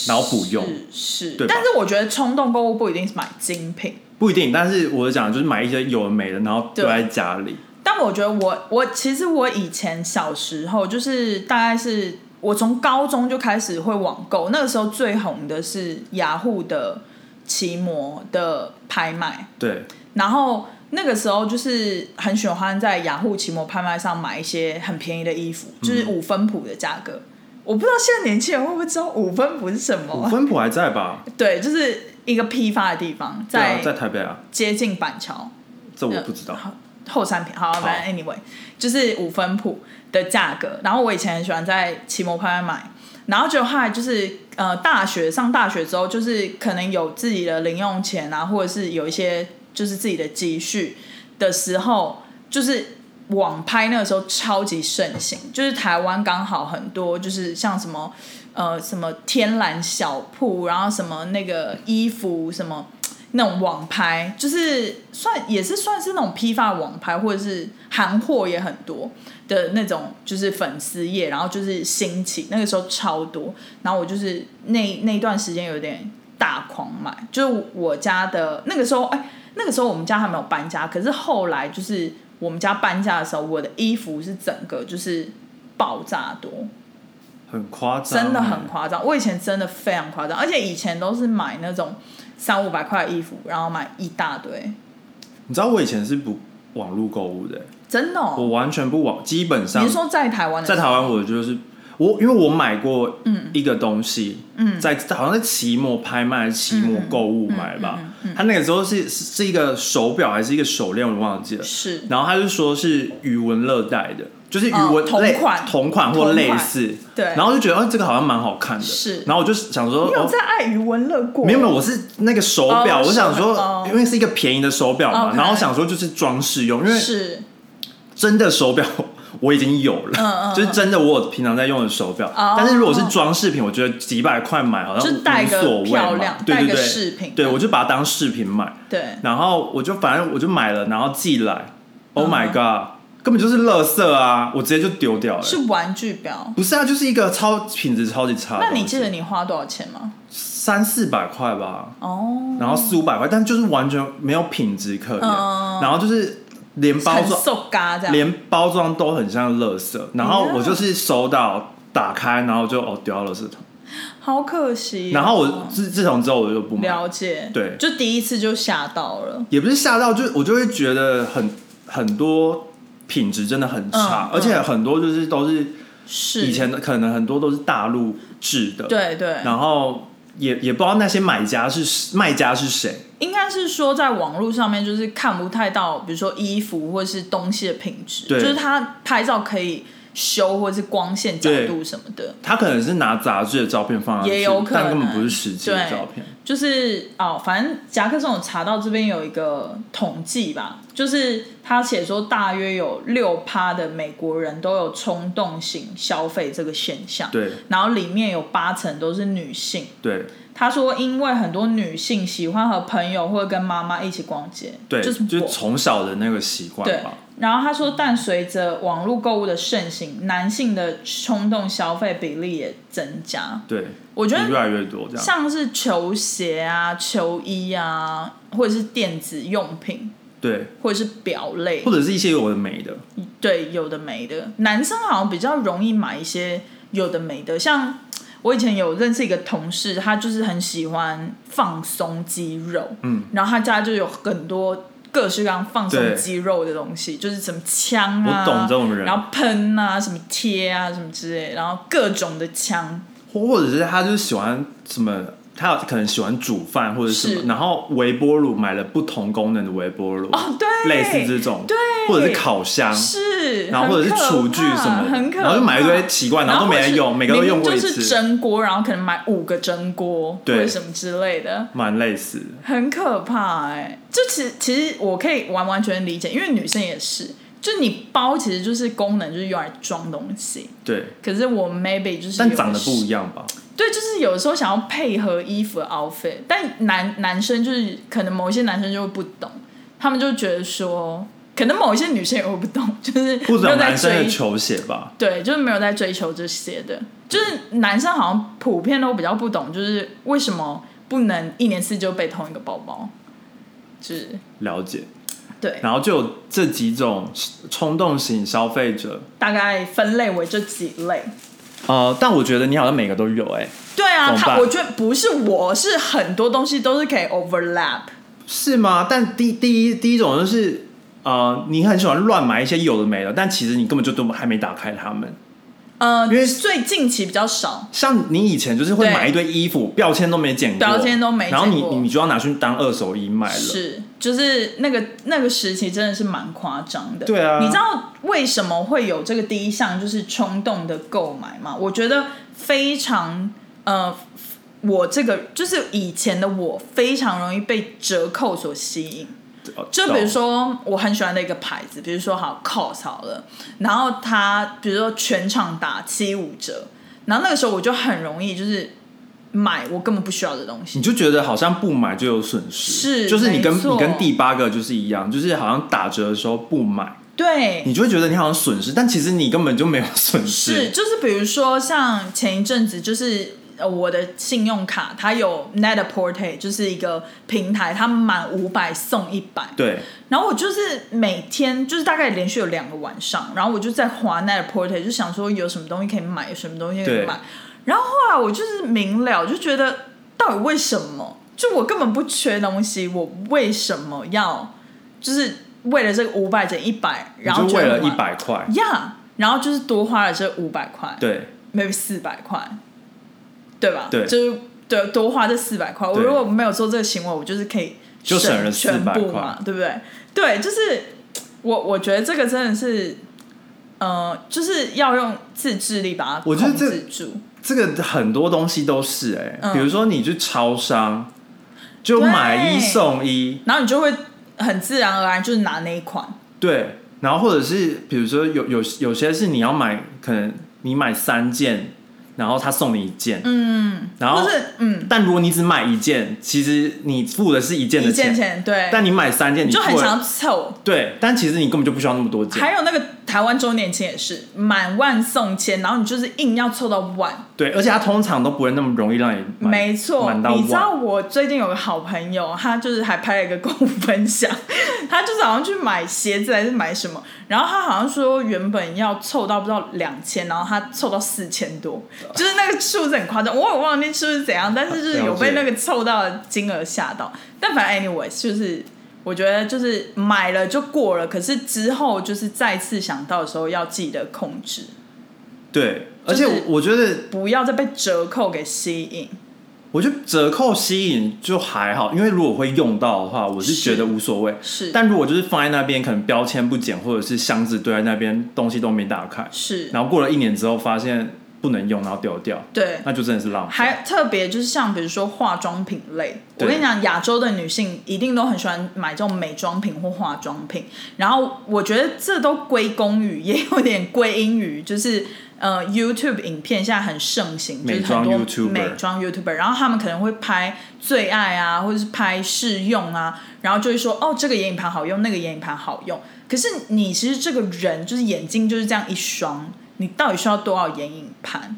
[SPEAKER 1] 然后不用，
[SPEAKER 2] 是是，
[SPEAKER 1] 对吧
[SPEAKER 2] 但是我觉得冲动购物不一定是买精品。
[SPEAKER 1] 不一定。但是我讲就是买一些有的没的，然后堆
[SPEAKER 2] 对
[SPEAKER 1] 在家里。
[SPEAKER 2] 但我觉得我我其实我以前小时候就是大概是我从高中就开始会网购，那个时候最红的是雅虎的奇摩的拍卖，
[SPEAKER 1] 对，
[SPEAKER 2] 然后那个时候就是很喜欢在雅虎奇摩拍卖上买一些很便宜的衣服，就是
[SPEAKER 1] 嗯
[SPEAKER 2] 五分谱的价格。我不知道现在年轻人会不会知道五分谱是什么
[SPEAKER 1] 五
[SPEAKER 2] 啊？
[SPEAKER 1] 分谱还在吧？
[SPEAKER 2] 对，就是一个批发的地方，
[SPEAKER 1] 对啊
[SPEAKER 2] 在，呃
[SPEAKER 1] 在台北啊，
[SPEAKER 2] 接近板桥。
[SPEAKER 1] 这我不知道。
[SPEAKER 2] 后三品，好，反正 anyway 就是五分铺的价格。然后我以前很喜欢在奇摩拍卖买，然后就后来就是呃大学上大学之后，就是可能有自己的零用钱啊，或者是有一些就是自己的积蓄的时候，就是网拍那个时候超级盛行，就是台湾刚好很多就是像什么呃什么天蓝小铺，然后什么那个衣服什么。那种网拍，就是算也是算是那种批发网拍，或者是韩货也很多的那种，就是粉丝页，然后就是兴起，那个时候超多。然后我就是那那一段时间有点大狂买，就是我家的那个时候，哎、那个时候我们家还没有搬家，可是后来就是我们家搬家的时候，我的衣服是整个就是爆炸多，
[SPEAKER 1] 很夸张欸，
[SPEAKER 2] 真的很夸张。我以前真的非常夸张，而且以前都是买那种三五百块的衣服，然后买一大堆，
[SPEAKER 1] 你知道我以前是不网络购物的欸、
[SPEAKER 2] 真的、
[SPEAKER 1] 我
[SPEAKER 2] 哦。
[SPEAKER 1] 完全不网，基本
[SPEAKER 2] 你
[SPEAKER 1] 上
[SPEAKER 2] 是说在台湾的时
[SPEAKER 1] 在
[SPEAKER 2] 候？
[SPEAKER 1] 台湾我就是我，因为我买过一个东西，
[SPEAKER 2] 嗯
[SPEAKER 1] 在好像在奇摩拍卖、奇摩购物买吧，
[SPEAKER 2] 嗯
[SPEAKER 1] 他那个时候是是是一个手表还是一个手链，我忘记了。
[SPEAKER 2] 是
[SPEAKER 1] 然后他就说是余文乐戴的，就是余文、
[SPEAKER 2] 哦同
[SPEAKER 1] 类
[SPEAKER 2] 款
[SPEAKER 1] 同款或类似，
[SPEAKER 2] 对
[SPEAKER 1] 然后就觉得、哦、这个好像蛮好看的，
[SPEAKER 2] 是
[SPEAKER 1] 然后我就想说，
[SPEAKER 2] 你有
[SPEAKER 1] 哦，
[SPEAKER 2] 在爱余文乐过？
[SPEAKER 1] 没有没有，我是那个手表，
[SPEAKER 2] 哦
[SPEAKER 1] 我想说，
[SPEAKER 2] 手表哦
[SPEAKER 1] 因为是一个便宜的手表嘛
[SPEAKER 2] OK
[SPEAKER 1] 然后想说就是装饰用，因为
[SPEAKER 2] 是
[SPEAKER 1] 真的手表我已经有了，
[SPEAKER 2] 嗯嗯
[SPEAKER 1] 就是真的我有平常在用的手表。
[SPEAKER 2] 哦
[SPEAKER 1] 但是如果是装饰品，我觉得几百块买好像
[SPEAKER 2] 就戴
[SPEAKER 1] 无
[SPEAKER 2] 个
[SPEAKER 1] 所谓
[SPEAKER 2] 漂
[SPEAKER 1] 嘛
[SPEAKER 2] 亮，
[SPEAKER 1] 对
[SPEAKER 2] 戴
[SPEAKER 1] 对
[SPEAKER 2] 个
[SPEAKER 1] 对，
[SPEAKER 2] 饰品
[SPEAKER 1] 对我就把它当饰品买，
[SPEAKER 2] 对，
[SPEAKER 1] 然后我就反正我就买了，然后寄来，Oh
[SPEAKER 2] 嗯
[SPEAKER 1] my god，、根本就是垃圾啊，我直接就丢掉了。
[SPEAKER 2] 是玩具表。
[SPEAKER 1] 不是啊，就是一个超品质超级差的东
[SPEAKER 2] 那
[SPEAKER 1] 西。
[SPEAKER 2] 你记得你花多少钱吗？
[SPEAKER 1] 三四百块吧，
[SPEAKER 2] 哦，
[SPEAKER 1] 然后四五百块，但就是完全没有品质可言。
[SPEAKER 2] 嗯
[SPEAKER 1] 然后就是连包
[SPEAKER 2] 很
[SPEAKER 1] 装
[SPEAKER 2] 瘦嘎这样。
[SPEAKER 1] 连包装都很像垃圾，然
[SPEAKER 2] 嗯
[SPEAKER 1] 后我就是收到打开，然后就哦丢到垃圾桶，
[SPEAKER 2] 好可惜哦、
[SPEAKER 1] 然后我自自从之后我就不买，
[SPEAKER 2] 了解，
[SPEAKER 1] 对
[SPEAKER 2] 就第一次就吓到了，
[SPEAKER 1] 也不是吓到，就我就会觉得很很多品质真的很差
[SPEAKER 2] 嗯嗯，
[SPEAKER 1] 而且很多就是都是
[SPEAKER 2] 是
[SPEAKER 1] 以前的可能很多都是大陆制的，，
[SPEAKER 2] 对对，
[SPEAKER 1] 然后也也不知道那些买家是卖家是谁，
[SPEAKER 2] 应该是说在网络上面就是看不太到，比如说衣服或是东西的品质，就
[SPEAKER 1] 对
[SPEAKER 2] 是它拍照可以修或是光线角度什么的，
[SPEAKER 1] 他可能是拿杂志的照片放上去，
[SPEAKER 2] 也有可能
[SPEAKER 1] 但根本不是实际的
[SPEAKER 2] 对
[SPEAKER 1] 照片，
[SPEAKER 2] 就是哦，反正夹克松有查到这边有一个统计吧，就是他写说大约有六趴的美国人都有冲动型消费这个现象，
[SPEAKER 1] 对
[SPEAKER 2] 然后里面有八成都是女性。
[SPEAKER 1] 对
[SPEAKER 2] 他说，因为很多女性喜欢和朋友或者跟妈妈一起逛街，
[SPEAKER 1] 对，
[SPEAKER 2] 就是
[SPEAKER 1] 就是
[SPEAKER 2] 我
[SPEAKER 1] 从小的那个习惯
[SPEAKER 2] 对
[SPEAKER 1] 吧。，
[SPEAKER 2] 然后他说，但随着网络购物的盛行，男性的冲动消费比例也增加。
[SPEAKER 1] 对，
[SPEAKER 2] 我觉
[SPEAKER 1] 越
[SPEAKER 2] 得
[SPEAKER 1] 来越多这样。
[SPEAKER 2] 像是球鞋啊、球衣啊，或者是电子用品，
[SPEAKER 1] 对，
[SPEAKER 2] 或者是表类
[SPEAKER 1] 或，者是一些有的没的，
[SPEAKER 2] 对，有的没的。男生好像比较容易买一些有的没的，像我以前有认识一个同事，他就是很喜欢放松肌肉，
[SPEAKER 1] 嗯，
[SPEAKER 2] 然后他家就有很多各式各样放松
[SPEAKER 1] 对
[SPEAKER 2] 肌肉的东西，就是什么枪
[SPEAKER 1] 我
[SPEAKER 2] 啊，
[SPEAKER 1] 懂这种人
[SPEAKER 2] 然后喷啊，什么贴啊，什么之类，然后各种的枪，
[SPEAKER 1] 或或者是他就是喜欢什么，他可能喜欢煮饭或者什么
[SPEAKER 2] 是，
[SPEAKER 1] 然后微波炉买了不同功能的微波炉，
[SPEAKER 2] 哦，对，
[SPEAKER 1] 类似这种，
[SPEAKER 2] 对
[SPEAKER 1] 或者是烤箱，
[SPEAKER 2] 是，
[SPEAKER 1] 然后或者是
[SPEAKER 2] 很可
[SPEAKER 1] 厨具
[SPEAKER 2] 怕
[SPEAKER 1] 什么的
[SPEAKER 2] 很可怕
[SPEAKER 1] 然后就买一堆奇怪然后都没人用
[SPEAKER 2] 或是
[SPEAKER 1] 每个都用过一次
[SPEAKER 2] 明明就是蒸锅，然后可能买五个蒸锅或
[SPEAKER 1] 对
[SPEAKER 2] 者什么之类的，
[SPEAKER 1] 蛮类似的。
[SPEAKER 2] 很可怕哎、就其实其实我可以完完全全理解，因为女生也是，就你包其实就是功能就是用来装东西，
[SPEAKER 1] 对，
[SPEAKER 2] 可是我 maybe 就是
[SPEAKER 1] 但
[SPEAKER 2] 有
[SPEAKER 1] 长得不一
[SPEAKER 2] 时
[SPEAKER 1] 样吧？
[SPEAKER 2] 对，就是有时候想要配合衣服的 outfit，但男男生就是可能某一些男生就会不懂，他们就觉得说，可能某一些女生也会不懂，就是
[SPEAKER 1] 或
[SPEAKER 2] 没
[SPEAKER 1] 者
[SPEAKER 2] 有在
[SPEAKER 1] 男生的
[SPEAKER 2] 追，
[SPEAKER 1] 球鞋吧？
[SPEAKER 2] 对，就是没有在追求这些的，就是男生好像普遍都比较不懂，就是为什么不能一年四季就背同一个包包，就是
[SPEAKER 1] 了解。
[SPEAKER 2] 对，
[SPEAKER 1] 然后就有这几种冲动型消费者，
[SPEAKER 2] 大概分类为这几类。
[SPEAKER 1] 呃，但我觉得你好像每个都有、哎，
[SPEAKER 2] 对啊，
[SPEAKER 1] 怎么
[SPEAKER 2] 他
[SPEAKER 1] 办
[SPEAKER 2] 我觉得不是我，是很多东西都是可以 overlap。
[SPEAKER 1] 是吗？但第第一第一种就是，呃，你很喜欢乱买一些有的没的，但其实你根本就都还没打开它们。
[SPEAKER 2] 呃，
[SPEAKER 1] 因为
[SPEAKER 2] 最近期比较少，
[SPEAKER 1] 像你以前就是会
[SPEAKER 2] 对
[SPEAKER 1] 买一堆衣服，标签都没剪过，
[SPEAKER 2] 标签都没剪
[SPEAKER 1] 然后你
[SPEAKER 2] 过
[SPEAKER 1] 你你就要拿去当二手衣卖了。
[SPEAKER 2] 是，就是那个那个时期真的是蛮夸张的。
[SPEAKER 1] 对啊
[SPEAKER 2] 你知道为什么会有这个第一项就是冲动的购买吗？我觉得非常呃，我这个就是以前的我非常容易被折扣所吸引。
[SPEAKER 1] 哦
[SPEAKER 2] 就比如，说我很喜欢的一个牌子，比如说好 COS 好了，然后它比如说全场打七五折，然后那个时候我就很容易就是买我根本不需要的东西
[SPEAKER 1] 你。就觉得好像不买就有损失，
[SPEAKER 2] 是
[SPEAKER 1] 就是你跟
[SPEAKER 2] 没错
[SPEAKER 1] 你跟第八个就是一样，就是好像打折的时候不买，
[SPEAKER 2] 对，
[SPEAKER 1] 你就会觉得你好像损失，但其实你根本就没有损
[SPEAKER 2] 是，
[SPEAKER 1] 失。
[SPEAKER 2] 就是比如说像前一阵子，就是呃我的信用卡它有 Net-a-Porter，就是一个平台，它满五百送一百。
[SPEAKER 1] 对，
[SPEAKER 2] 然后我就是每天就是大概连续有两个晚上，然后我就在滑 Net-a-Porter，就想说有什么东西可以买，有什么东西可以
[SPEAKER 1] 对
[SPEAKER 2] 买。然后后来我就是明了，就觉得到底为什么？就我根本不缺东西，我为什么要就是为了这个五百减一百，
[SPEAKER 1] 你
[SPEAKER 2] 然后嗯
[SPEAKER 1] 就为了
[SPEAKER 2] 觉得
[SPEAKER 1] 一
[SPEAKER 2] 哇
[SPEAKER 1] 百块，
[SPEAKER 2] 呀然后就是多花了这五百块，
[SPEAKER 1] 对，
[SPEAKER 2] ，maybe 四百块，对吧？
[SPEAKER 1] 对
[SPEAKER 2] 就是对多花这四百块。我
[SPEAKER 1] 对
[SPEAKER 2] 如果没有做这个行为，我就是可以
[SPEAKER 1] 就省了
[SPEAKER 2] 全
[SPEAKER 1] 400
[SPEAKER 2] 部
[SPEAKER 1] 块
[SPEAKER 2] 嘛，对不对？对，就是我我觉得这个真的是，呃，就是要用自制力把它
[SPEAKER 1] 我觉得
[SPEAKER 2] 控
[SPEAKER 1] 这
[SPEAKER 2] 制住。
[SPEAKER 1] 这个很多东西都是哎、
[SPEAKER 2] 嗯
[SPEAKER 1] 比如说你去超商就买一
[SPEAKER 2] 对
[SPEAKER 1] 送一，
[SPEAKER 2] 然后你就会很自然而然就是拿那一款，
[SPEAKER 1] 对，然后或者是比如说有有有些是你要买，可能你买三件，然后他送你一件，嗯，然后
[SPEAKER 2] 或是嗯
[SPEAKER 1] 但如果你只买一件，其实你付的是一件的
[SPEAKER 2] 一件钱，对，
[SPEAKER 1] 但你买三件，你
[SPEAKER 2] 就很
[SPEAKER 1] 付了
[SPEAKER 2] 想要凑。
[SPEAKER 1] 对，但其实你根本就不需要那么多件，
[SPEAKER 2] 还有那个台湾周年庆也是满万送千，然后你就是硬要凑到万，
[SPEAKER 1] 对，而且它通常都不会那么容易让你买
[SPEAKER 2] 没错
[SPEAKER 1] 满到。
[SPEAKER 2] 你知道
[SPEAKER 1] 万，
[SPEAKER 2] 我最近有个好朋友，他就是还拍了一个跟我分享， 他就是好像去买鞋子还是买什么，然后他好像说原本要凑到不到两千，然后他凑到四千多，就是那个数字很夸张，我也忘记是不是怎样，
[SPEAKER 1] 啊
[SPEAKER 2] 但是就是有被那个凑到的金额吓到。但反正 anyways 就是。我觉得就是买了就过了，可是之后就是再次想到的时候要记得控制，
[SPEAKER 1] 对，而
[SPEAKER 2] 就是
[SPEAKER 1] 且我我觉得
[SPEAKER 2] 不要再被折扣给吸引。
[SPEAKER 1] 我觉得折扣吸引就还好，因为如果会用到的话，我是觉得无所谓。
[SPEAKER 2] 是，
[SPEAKER 1] 但如果就是放在那边，可能标签不剪，或者是箱子堆在那边，东西都没打开，
[SPEAKER 2] 是
[SPEAKER 1] 然后过了一年之后发现，不能用，然后丢掉，
[SPEAKER 2] 对，
[SPEAKER 1] 那就真的是浪费。
[SPEAKER 2] 还特别就是像比如说化妆品类，我
[SPEAKER 1] 对
[SPEAKER 2] 跟你讲，亚洲的女性一定都很喜欢买这种美妆品或化妆品。然后我觉得这都归功于，也有点归因于，就是呃 YouTube 影片现在很盛行，就是
[SPEAKER 1] 美妆
[SPEAKER 2] 很多
[SPEAKER 1] YouTuber
[SPEAKER 2] 美妆 YouTuber，然后他们可能会拍最爱啊，或者是拍试用啊，然后就会说哦这个眼影盘好用，那个眼影盘好用。可是你其实这个人就是眼睛就是这样一双，你到底需要多少眼影盘？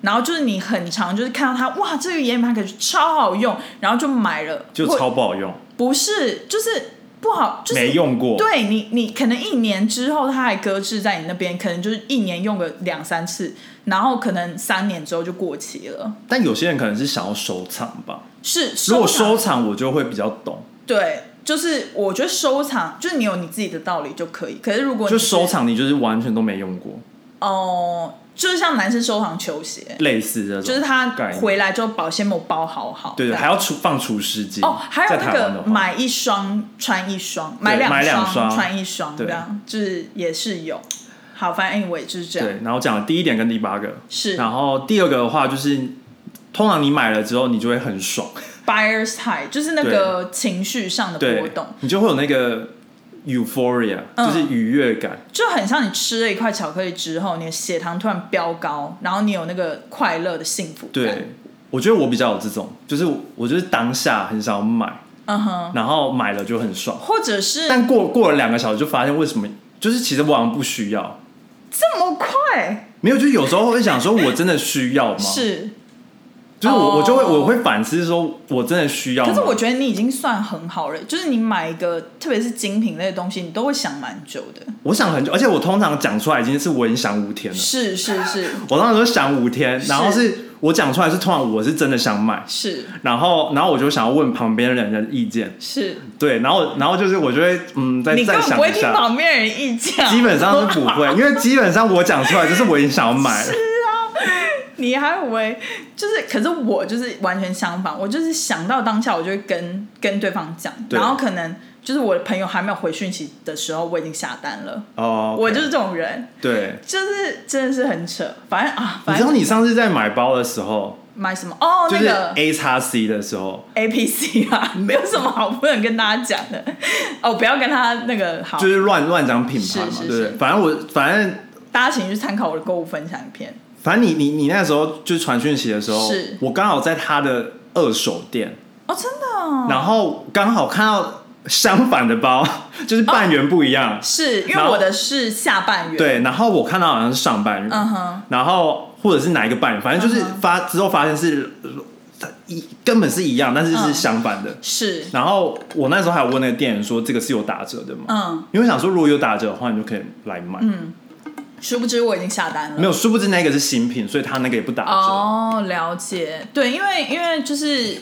[SPEAKER 2] 然后就是你很常就是看到它，哇，这个眼影盘可是超好用，然后就买了，
[SPEAKER 1] 就
[SPEAKER 2] 或
[SPEAKER 1] 超不好用，
[SPEAKER 2] 不是就是不好，就是
[SPEAKER 1] 没用过。
[SPEAKER 2] 对你，你可能一年之后它还搁置在你那边，可能就是一年用个两三次，然后可能三年之后就过期了。
[SPEAKER 1] 但有些人可能是想要收藏吧。
[SPEAKER 2] 是
[SPEAKER 1] 如果
[SPEAKER 2] 藏
[SPEAKER 1] 收藏，我就会比较懂。
[SPEAKER 2] 对，就是我觉得收藏就是你有你自己的道理就可以。可是如果你
[SPEAKER 1] 就是收藏，你就是完全都没用过，
[SPEAKER 2] 哦、就是像男生收藏球鞋，
[SPEAKER 1] 类似这种。
[SPEAKER 2] 就是他
[SPEAKER 1] 啊概念
[SPEAKER 2] 回来之后保鲜膜包好好，
[SPEAKER 1] 对
[SPEAKER 2] 这
[SPEAKER 1] 对，
[SPEAKER 2] 样
[SPEAKER 1] 还要除放除湿机
[SPEAKER 2] 哦，还有
[SPEAKER 1] 在
[SPEAKER 2] 那
[SPEAKER 1] 台湾的
[SPEAKER 2] 个
[SPEAKER 1] 话
[SPEAKER 2] 买一双穿一双，买
[SPEAKER 1] 买两
[SPEAKER 2] 双
[SPEAKER 1] 双
[SPEAKER 2] 穿一双，这
[SPEAKER 1] 对
[SPEAKER 2] 样就是也是有。好，反正 anyway 就是这样，
[SPEAKER 1] 对，然后讲了第一点跟第八个，
[SPEAKER 2] 是
[SPEAKER 1] 然后第二个的话就是，通常你买了之后，你就会很爽，
[SPEAKER 2] buyer's high，就是那个情绪上的波
[SPEAKER 1] 对
[SPEAKER 2] 动，，
[SPEAKER 1] 你就会有那个 euphoria，、
[SPEAKER 2] 嗯
[SPEAKER 1] 就是愉悦感，
[SPEAKER 2] 就很像你吃了一块巧克力之后，你的血糖突然飙高，然后你有那个快乐的幸福感。
[SPEAKER 1] 对。我觉得我比较有这种，就是我就是当下很想买，
[SPEAKER 2] 嗯哼，
[SPEAKER 1] 然后买了就很爽，
[SPEAKER 2] 或者是
[SPEAKER 1] 但过过了两个小时就发现为什么，就是其实我好像不需要，
[SPEAKER 2] 这么快
[SPEAKER 1] 没有，就是有时候会想说，我真的需要吗？，
[SPEAKER 2] 是，
[SPEAKER 1] 就是我我就会
[SPEAKER 2] 哦
[SPEAKER 1] 我会反思说，我真的需要吗？
[SPEAKER 2] 可是我觉得你已经算很好了，就是你买一个特别是精品类的东西，你都会想蛮久的。
[SPEAKER 1] 我想很久，而且我通常讲出来已经是我已经想五天了。
[SPEAKER 2] 是是是
[SPEAKER 1] 我当时就想五天，然后是我讲出来是通常我是真的想买，
[SPEAKER 2] 是
[SPEAKER 1] 然后然后我就想要问旁边人的意见，
[SPEAKER 2] 是，
[SPEAKER 1] 对，然后然后就是我就会嗯再
[SPEAKER 2] 你根
[SPEAKER 1] 再
[SPEAKER 2] 本
[SPEAKER 1] 想
[SPEAKER 2] 不会
[SPEAKER 1] 一
[SPEAKER 2] 听
[SPEAKER 1] 下，
[SPEAKER 2] 旁边人意见啊，
[SPEAKER 1] 基本上是不会，因为基本上我讲出来就是我已经想要买 了，
[SPEAKER 2] 你还以为就是，可是我就是完全相反，我就是想到当下，我就会跟跟对方讲，
[SPEAKER 1] 对
[SPEAKER 2] 然后可能就是我的朋友还没有回讯息的时候，我已经下单了。
[SPEAKER 1] 哦，
[SPEAKER 2] 我就是这种人，
[SPEAKER 1] 对。
[SPEAKER 2] 就是真的是很扯，反正啊，
[SPEAKER 1] 你
[SPEAKER 2] 反
[SPEAKER 1] 知道
[SPEAKER 2] 正
[SPEAKER 1] 你上次在买包的时候，
[SPEAKER 2] 买什么哦，
[SPEAKER 1] 就
[SPEAKER 2] 那
[SPEAKER 1] 是
[SPEAKER 2] 个
[SPEAKER 1] A 叉 C 的时候，
[SPEAKER 2] A P C 啊，没有什么好不能跟大家讲的 哦，不要跟他那个好
[SPEAKER 1] 就，是乱乱讲品牌嘛
[SPEAKER 2] 是，是
[SPEAKER 1] 对不对
[SPEAKER 2] 是？
[SPEAKER 1] 反正我反正
[SPEAKER 2] 大家请去参考我的购物分享片，
[SPEAKER 1] 反正你你你那时候就是传讯息的时候
[SPEAKER 2] 是，
[SPEAKER 1] 我刚好在他的二手店，
[SPEAKER 2] 哦，真的哦、
[SPEAKER 1] 然后刚好看到相反的包， 就是半圆不一样。
[SPEAKER 2] 是因为
[SPEAKER 1] 然后
[SPEAKER 2] 我的是下半月，，
[SPEAKER 1] 对，然后我看到好像是上半圆，
[SPEAKER 2] 嗯哼，
[SPEAKER 1] 然后或者是哪一个半圆，反正就是
[SPEAKER 2] 嗯哼
[SPEAKER 1] 发、之后发现是呃它一根本是一样，但是是
[SPEAKER 2] 嗯
[SPEAKER 1] 相反的。
[SPEAKER 2] 是，
[SPEAKER 1] 然后我那时候还有问那个店员说，这个是有打折的吗？
[SPEAKER 2] 嗯
[SPEAKER 1] 因为我想说，如果有打折的话，你就可以来买。
[SPEAKER 2] 嗯，殊不知我已经下单了，
[SPEAKER 1] 没有，殊不知那个是新品，所以他那个也不打折。
[SPEAKER 2] 哦，了解，对，因为因为就是，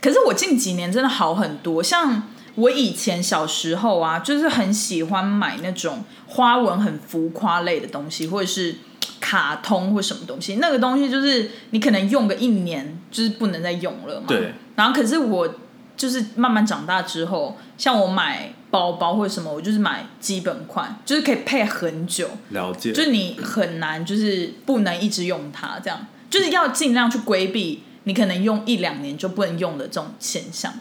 [SPEAKER 2] 可是我近几年真的好很多，像我以前小时候啊，就是很喜欢买那种花纹很浮夸类的东西，或者是。卡通或什么东西，那个东西就是你可能用个一年，就是不能再用了嘛。
[SPEAKER 1] 对。
[SPEAKER 2] 然后可是我就是慢慢长大之后，像我买包包或者什么，我就是买基本款，就是可以配很久。
[SPEAKER 1] 了解，
[SPEAKER 2] 就你很难，就是不能一直用它，这样就是要尽量去规避你可能用一两年就不能用的这种现象。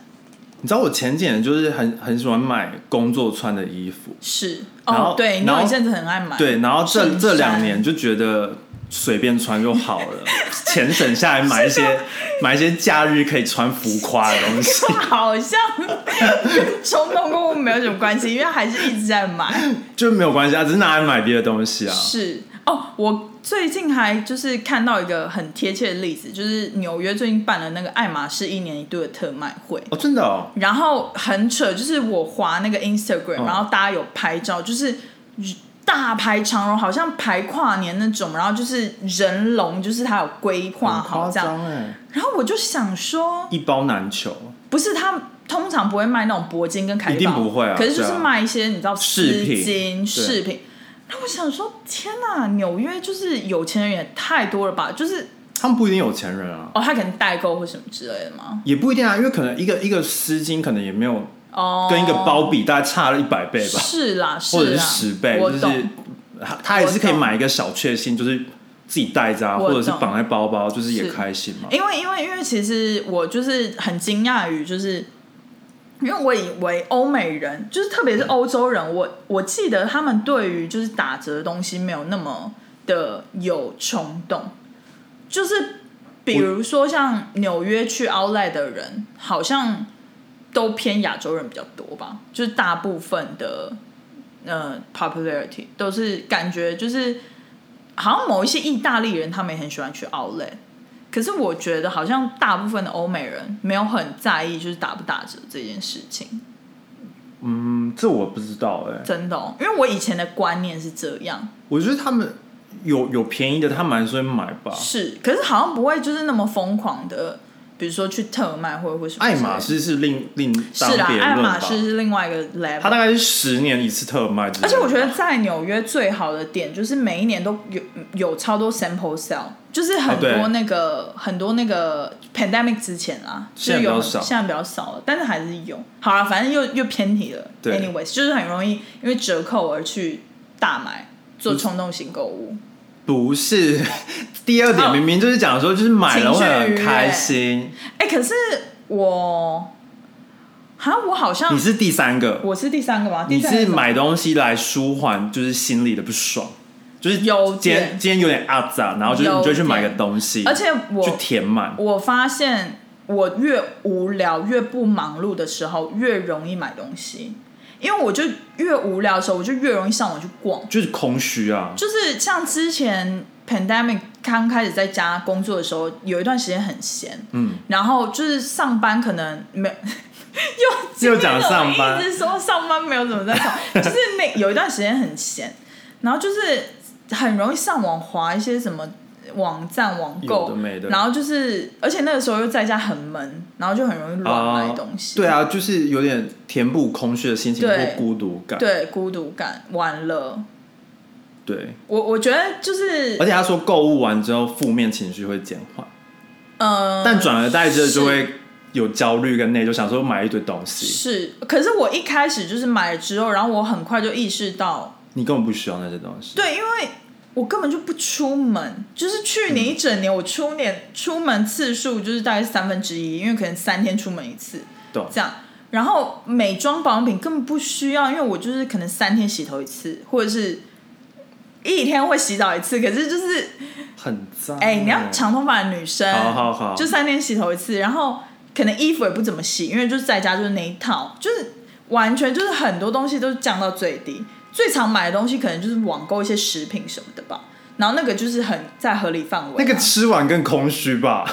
[SPEAKER 1] 你知道我前几年就是很很喜欢买工作穿的衣服，
[SPEAKER 2] 是
[SPEAKER 1] 然
[SPEAKER 2] 哦
[SPEAKER 1] 后，
[SPEAKER 2] 对，你
[SPEAKER 1] 然
[SPEAKER 2] 有
[SPEAKER 1] 后
[SPEAKER 2] 一阵子很爱买，
[SPEAKER 1] 对，然后这
[SPEAKER 2] 衬衫
[SPEAKER 1] 这两年就觉得随便穿就好了，钱省下来买一些买一些假日可以穿浮夸的东西。
[SPEAKER 2] 好像跟冲动购物没有什么关系，因为还是一直在 买。
[SPEAKER 1] 就没有关系啊，只是拿来买别的东西啊。
[SPEAKER 2] 是哦，我最近还就是看到一个很贴切的例子，就是纽约最近办了那个爱马仕一年一度的特卖会，
[SPEAKER 1] 哦，真的哦，
[SPEAKER 2] 然后很扯，就是我滑那个 Instagram，、
[SPEAKER 1] 嗯
[SPEAKER 2] 然后大家有拍照，就是大排长龙，好像排跨年那种，然后就是人龙，就是他有规划
[SPEAKER 1] 很
[SPEAKER 2] 好
[SPEAKER 1] 夸
[SPEAKER 2] 这样。
[SPEAKER 1] 张哎，
[SPEAKER 2] 然后我就想说，
[SPEAKER 1] 一包难求，
[SPEAKER 2] 不是他通常不会卖那种铂金跟凯
[SPEAKER 1] 一
[SPEAKER 2] 利
[SPEAKER 1] 定
[SPEAKER 2] 包，
[SPEAKER 1] 不会啊
[SPEAKER 2] 可是就
[SPEAKER 1] 对
[SPEAKER 2] 是
[SPEAKER 1] 啊
[SPEAKER 2] 卖一些你知道
[SPEAKER 1] 饰
[SPEAKER 2] 丝
[SPEAKER 1] 品
[SPEAKER 2] 巾
[SPEAKER 1] 对
[SPEAKER 2] 饰品。那我想说，天哪，纽约就是有钱人也太多了吧？就是
[SPEAKER 1] 他们不一定有钱人啊，
[SPEAKER 2] 哦，他可能代购或什么之类的吗？
[SPEAKER 1] 也不一定啊，因为可能一个一个丝巾可能也没有
[SPEAKER 2] 哦，
[SPEAKER 1] 跟一个包比，大概差了一百倍吧，
[SPEAKER 2] 是啦，是啦，
[SPEAKER 1] 或
[SPEAKER 2] 啊
[SPEAKER 1] 者是十倍，
[SPEAKER 2] 我
[SPEAKER 1] 就是
[SPEAKER 2] 懂。
[SPEAKER 1] 他他也是可以
[SPEAKER 2] 我懂
[SPEAKER 1] 买一个小确幸，就是自己带着啊，
[SPEAKER 2] 我
[SPEAKER 1] 或者是
[SPEAKER 2] 懂
[SPEAKER 1] 绑在包包，就是也
[SPEAKER 2] 是
[SPEAKER 1] 开心嘛。
[SPEAKER 2] 因为因为因为其实我就是很惊讶于，就是因为我以为欧美人，就是特别是欧洲人，我我记得他们对于就是打折的东西没有那么的有冲动，就是比如说像纽约去 Outlet 的人，好像都偏亚洲人比较多吧，就是大部分的呃 popularity 都是感觉就是。好像某一些意大利人，他们也很喜欢去 Outlet，可是我觉得好像大部分的欧美人没有很在意就是打不打折这件事情，
[SPEAKER 1] 嗯，这我不知道哎、
[SPEAKER 2] 真的、哦，因为我以前的观念是这样，
[SPEAKER 1] 我觉得他们有有便宜的，他们还是会买吧。
[SPEAKER 2] 是，可是好像不会就是那么疯狂的，比如说去特卖会或什么之类
[SPEAKER 1] 爱
[SPEAKER 2] 的。
[SPEAKER 1] 马仕是另另当
[SPEAKER 2] 是啦，啊
[SPEAKER 1] 别
[SPEAKER 2] 爱
[SPEAKER 1] 论
[SPEAKER 2] 马
[SPEAKER 1] 吧，
[SPEAKER 2] 仕是另外一个 level，
[SPEAKER 1] 它大概是十年一次特卖之类的吧。
[SPEAKER 2] 而且我觉得在纽约最好的点就是每一年都有有超多 sample sale，就是很
[SPEAKER 1] 哦
[SPEAKER 2] 多
[SPEAKER 1] 对
[SPEAKER 2] 那个、很多那个 pandemic 之前啦，就
[SPEAKER 1] 现
[SPEAKER 2] 是
[SPEAKER 1] 在比较
[SPEAKER 2] 有很
[SPEAKER 1] 少
[SPEAKER 2] 现在比较少了，但是还是有。好了，反正又又偏题了。
[SPEAKER 1] 对
[SPEAKER 2] anyways，就是很容易因为折扣而去大买，做
[SPEAKER 1] 嗯
[SPEAKER 2] 冲动型购物。
[SPEAKER 1] 不是 第二点，
[SPEAKER 2] 哦
[SPEAKER 1] 明明就是讲说，就是买了
[SPEAKER 2] 情
[SPEAKER 1] 会
[SPEAKER 2] 绪
[SPEAKER 1] 很
[SPEAKER 2] 愉悦
[SPEAKER 1] 开心。
[SPEAKER 2] 哎、可是我，好像我好像
[SPEAKER 1] 你是第三个，
[SPEAKER 2] 哦我是第三个吗？
[SPEAKER 1] 你
[SPEAKER 2] 第三个
[SPEAKER 1] 是
[SPEAKER 2] 什么
[SPEAKER 1] 买东西来舒缓，就是心里的不爽，就是
[SPEAKER 2] 有
[SPEAKER 1] 今天
[SPEAKER 2] 点
[SPEAKER 1] 今天有点阿杂，然后就是
[SPEAKER 2] 有
[SPEAKER 1] 你就去买个
[SPEAKER 2] 点
[SPEAKER 1] 东西，
[SPEAKER 2] 而且我
[SPEAKER 1] 去填满。
[SPEAKER 2] 我发现我越无聊、越不忙碌的时候，越容易买东西，因为我就越无聊的时候，我就越容易上网去逛。
[SPEAKER 1] 就是空虚啊，
[SPEAKER 2] 就是像之前 pandemic 刚开始在家工作的时候，有一段时间很闲，
[SPEAKER 1] 嗯，
[SPEAKER 2] 然后就是上班可能没 又
[SPEAKER 1] 又讲上班
[SPEAKER 2] 一直说上班没有怎么在上， 就是那有一段时间很闲，然后就是很容易上网划一些什么网站网
[SPEAKER 1] 有
[SPEAKER 2] 购
[SPEAKER 1] 的没的
[SPEAKER 2] 然后就是而且那个时候又在家很闷，然后就很容易乱买东西，
[SPEAKER 1] 对啊，就是有点填补空虚的心情
[SPEAKER 2] 对
[SPEAKER 1] 或孤独感。
[SPEAKER 2] 对孤独感完了，
[SPEAKER 1] 对，
[SPEAKER 2] 我我觉得就是
[SPEAKER 1] 而且他说购物完之后负面情绪会减缓，
[SPEAKER 2] 呃，
[SPEAKER 1] 但转而代之的
[SPEAKER 2] 是
[SPEAKER 1] 就会有焦虑跟内疚，想说买一堆东西，
[SPEAKER 2] 是，可是我一开始就是买了之后，然后我很快就意识到，
[SPEAKER 1] 你根本不需要那些东西。
[SPEAKER 2] 对，因为我根本就不出门，就是去年一整年我出年出门次数就是大概是三分之一，因为可能三天出门一次
[SPEAKER 1] 懂
[SPEAKER 2] 这样。然后美妆保养品根本不需要，因为我就是可能三天洗头一次，或者是一天会洗澡一次。可是就是
[SPEAKER 1] 很欸赞。
[SPEAKER 2] 哎、你要长头发的女生，
[SPEAKER 1] 好嗯好好
[SPEAKER 2] 就三天洗头一次，然后可能衣服也不怎么洗，因为就是在家就是那一套，就是完全就是很多东西都降到最低。最常买的东西可能就是网购一些食品什么的吧，然后那个就是很在合理范围啊、
[SPEAKER 1] 那个吃完更空虚吧？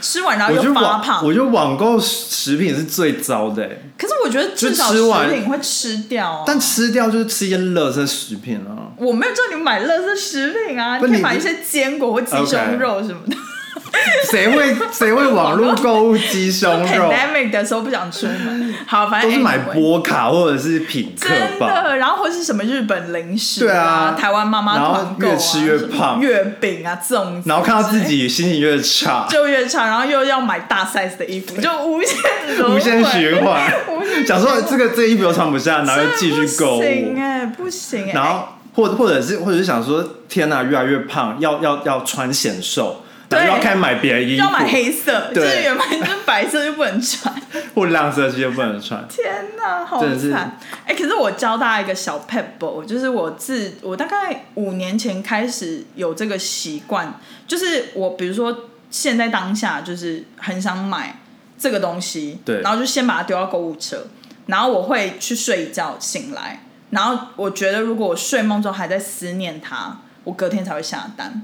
[SPEAKER 2] 吃完然后
[SPEAKER 1] 我觉
[SPEAKER 2] 又
[SPEAKER 1] 得
[SPEAKER 2] 发
[SPEAKER 1] 网，
[SPEAKER 2] 胖
[SPEAKER 1] 我，觉得网购食品是最糟的、欸，
[SPEAKER 2] 可是我觉得至少
[SPEAKER 1] 就吃完
[SPEAKER 2] 食品会吃掉、啊。
[SPEAKER 1] 但吃掉就是吃一些垃圾食品啊。
[SPEAKER 2] 我没有叫你买垃圾食品啊，
[SPEAKER 1] 不
[SPEAKER 2] 你可以
[SPEAKER 1] 你
[SPEAKER 2] 买一些坚果或鸡胸
[SPEAKER 1] OK
[SPEAKER 2] 肉什么的。
[SPEAKER 1] 谁会谁会网络购物鸡胸 肉？
[SPEAKER 2] pandemic 的时候不想出门，好，反
[SPEAKER 1] 都
[SPEAKER 2] 正
[SPEAKER 1] 是买
[SPEAKER 2] anyway
[SPEAKER 1] 波卡或者是品客
[SPEAKER 2] 真
[SPEAKER 1] 吧。
[SPEAKER 2] 的，然后或是什么日本零食、
[SPEAKER 1] 对啊
[SPEAKER 2] 台湾妈妈团
[SPEAKER 1] 然后
[SPEAKER 2] 购、啊，
[SPEAKER 1] 越吃越胖
[SPEAKER 2] 什么月饼啊，粽子，
[SPEAKER 1] 然后看到自己心情越差，
[SPEAKER 2] 就越差，然后又要买大 size 的衣 服，就无限轮回
[SPEAKER 1] 无限循环
[SPEAKER 2] 无限循环，
[SPEAKER 1] 想说这个这衣服又穿不下，然后又继续购物
[SPEAKER 2] 真的不，行哎、不行哎、
[SPEAKER 1] 然后或或者是或者是想说天哪，越来越胖，要要要穿显瘦，然后
[SPEAKER 2] 对
[SPEAKER 1] 又要开始买别的衣
[SPEAKER 2] 要买
[SPEAKER 1] 服，
[SPEAKER 2] 黑色，就
[SPEAKER 1] 对
[SPEAKER 2] 是原本就是白色就不能穿，
[SPEAKER 1] 或亮色系又不能穿。
[SPEAKER 2] 天哪，好
[SPEAKER 1] 真的是
[SPEAKER 2] 惨！哎、可是我教大家一个小 pebble，就是我自我大概五年前开始有这个习惯，就是我比如说现在当下就是很想买这个东西，
[SPEAKER 1] 对
[SPEAKER 2] 然后就先把它丢到购物车，然后我会去睡一觉醒来，然后我觉得如果我睡梦中还在思念它，我隔天才会下单。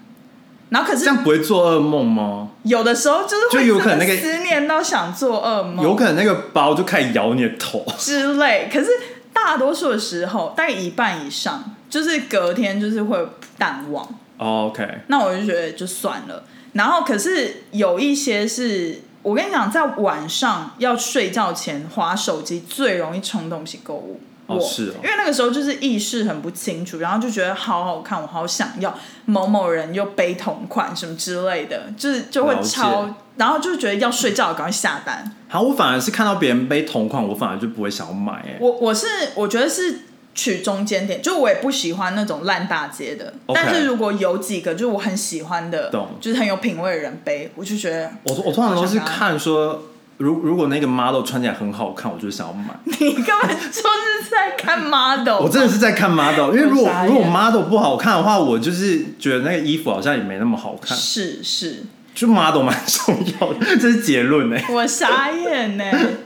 [SPEAKER 2] 然后可
[SPEAKER 1] 这
[SPEAKER 2] 是
[SPEAKER 1] 样不会做噩梦吗？
[SPEAKER 2] 有的时候就是会
[SPEAKER 1] 就有可能那个
[SPEAKER 2] 真的思念到想做噩梦，
[SPEAKER 1] 有可能那个包就开始咬你的头，
[SPEAKER 2] 之类。可是大多数的时候，大概一半以上，就是隔天就是会淡忘。
[SPEAKER 1] 哦 OK，
[SPEAKER 2] 那我就觉得就算了。然后可是有一些是我跟你讲，在晚上要睡觉前划手机最容易冲动型购物。
[SPEAKER 1] 哦
[SPEAKER 2] 我
[SPEAKER 1] 是哦
[SPEAKER 2] 因为那个时候就是意识很不清楚，然后就觉得好好看，我好想要某某人又背同款什么之类的，就是就会
[SPEAKER 1] 了解
[SPEAKER 2] 超，然后就觉得要睡觉赶快下单，
[SPEAKER 1] 好，我反而是看到别人背同款，我反而就不会想要买、欸，
[SPEAKER 2] 我我是我觉得是取中间点，就我也不喜欢那种烂大街的。
[SPEAKER 1] OK
[SPEAKER 2] 但是如果有几个就是我很喜欢的
[SPEAKER 1] 懂，
[SPEAKER 2] 就是很有品味的人背，我就 觉得
[SPEAKER 1] 我我通常都
[SPEAKER 2] 好
[SPEAKER 1] 是
[SPEAKER 2] 想拿
[SPEAKER 1] 看说，如如果那个 model 穿起来很好看，我就想要 买。
[SPEAKER 2] 你根本就是在看 model。
[SPEAKER 1] 我真的是啊在看 model，因为如
[SPEAKER 2] 我
[SPEAKER 1] 果
[SPEAKER 2] 傻眼
[SPEAKER 1] 如果 model 不好看的话，我就是觉得那个衣服好像也没那么好看。
[SPEAKER 2] 是是，
[SPEAKER 1] 就 model 蛮重要的， 这是结论哎、
[SPEAKER 2] 我傻眼呢、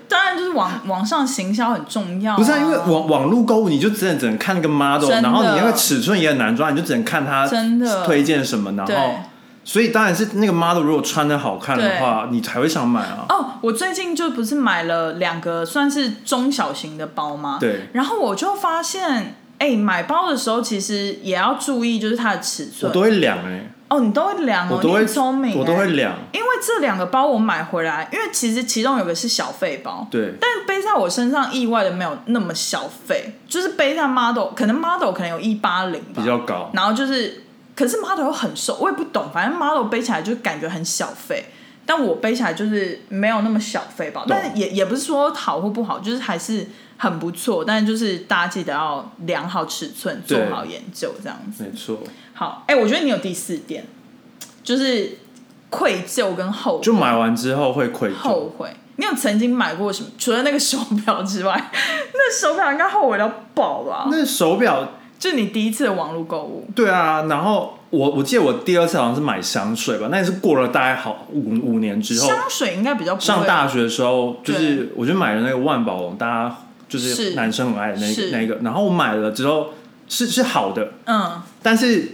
[SPEAKER 2] 当然就是网网上行销很重要、
[SPEAKER 1] 不是、啊、因为网网络购物，你就只能只能看那个 model，
[SPEAKER 2] 哦真的
[SPEAKER 1] 然后你那个尺寸也很难抓，你就只能看他
[SPEAKER 2] 真的
[SPEAKER 1] 推荐什么，然
[SPEAKER 2] 对
[SPEAKER 1] 后所以当然是那个 model 如果穿的好看的
[SPEAKER 2] 对
[SPEAKER 1] 话，你才会想买啊。
[SPEAKER 2] 哦，我最近就不是买了两个算是中小型的包吗？
[SPEAKER 1] 对，
[SPEAKER 2] 然后我就发现，哎、买包的时候其实也要注意，就是它的尺
[SPEAKER 1] 我
[SPEAKER 2] 寸。
[SPEAKER 1] 都会量哎、
[SPEAKER 2] 哦，你都会量哦，
[SPEAKER 1] 我都
[SPEAKER 2] 你
[SPEAKER 1] 会
[SPEAKER 2] 很聪明、
[SPEAKER 1] 我都会
[SPEAKER 2] 哎。
[SPEAKER 1] 量，
[SPEAKER 2] 因为这两个包我买回来，因为其实其中有个是小费包，
[SPEAKER 1] 对，
[SPEAKER 2] 但背在我身上意外的没有那么小费，就是背在 model，可能 model 可能有一八零吧
[SPEAKER 1] 比，较高。
[SPEAKER 2] 然后就是，可是 model 又很瘦，我也不懂，反正 model 背起来就感觉很小费，但我背起来就是没有那么小费吧，
[SPEAKER 1] 懂
[SPEAKER 2] 但也也不是说好或不好，就是还是很不错，但就是大家记得要量好尺寸，做
[SPEAKER 1] 对
[SPEAKER 2] 好研究这样子。
[SPEAKER 1] 没错，
[SPEAKER 2] 好，哎、我觉得你有第四点，就是愧疚跟后
[SPEAKER 1] 就买完之后会愧疚，
[SPEAKER 2] 后悔。你有曾经买过什么？除了那个手表之外， 那手表应该后悔到爆吧？
[SPEAKER 1] 那手表
[SPEAKER 2] 就你第一次的网络购物，
[SPEAKER 1] 对啊，然后我我记得我第二次好像是买香水吧，那也是过了大概好五五年之后，
[SPEAKER 2] 香水应该比较不会
[SPEAKER 1] 上大学的时候，就
[SPEAKER 2] 对
[SPEAKER 1] 是我就买了那个万宝龙，大家就是是男生很爱的
[SPEAKER 2] 是
[SPEAKER 1] 那那个，然后我买了之后是是好的，
[SPEAKER 2] 嗯
[SPEAKER 1] 但是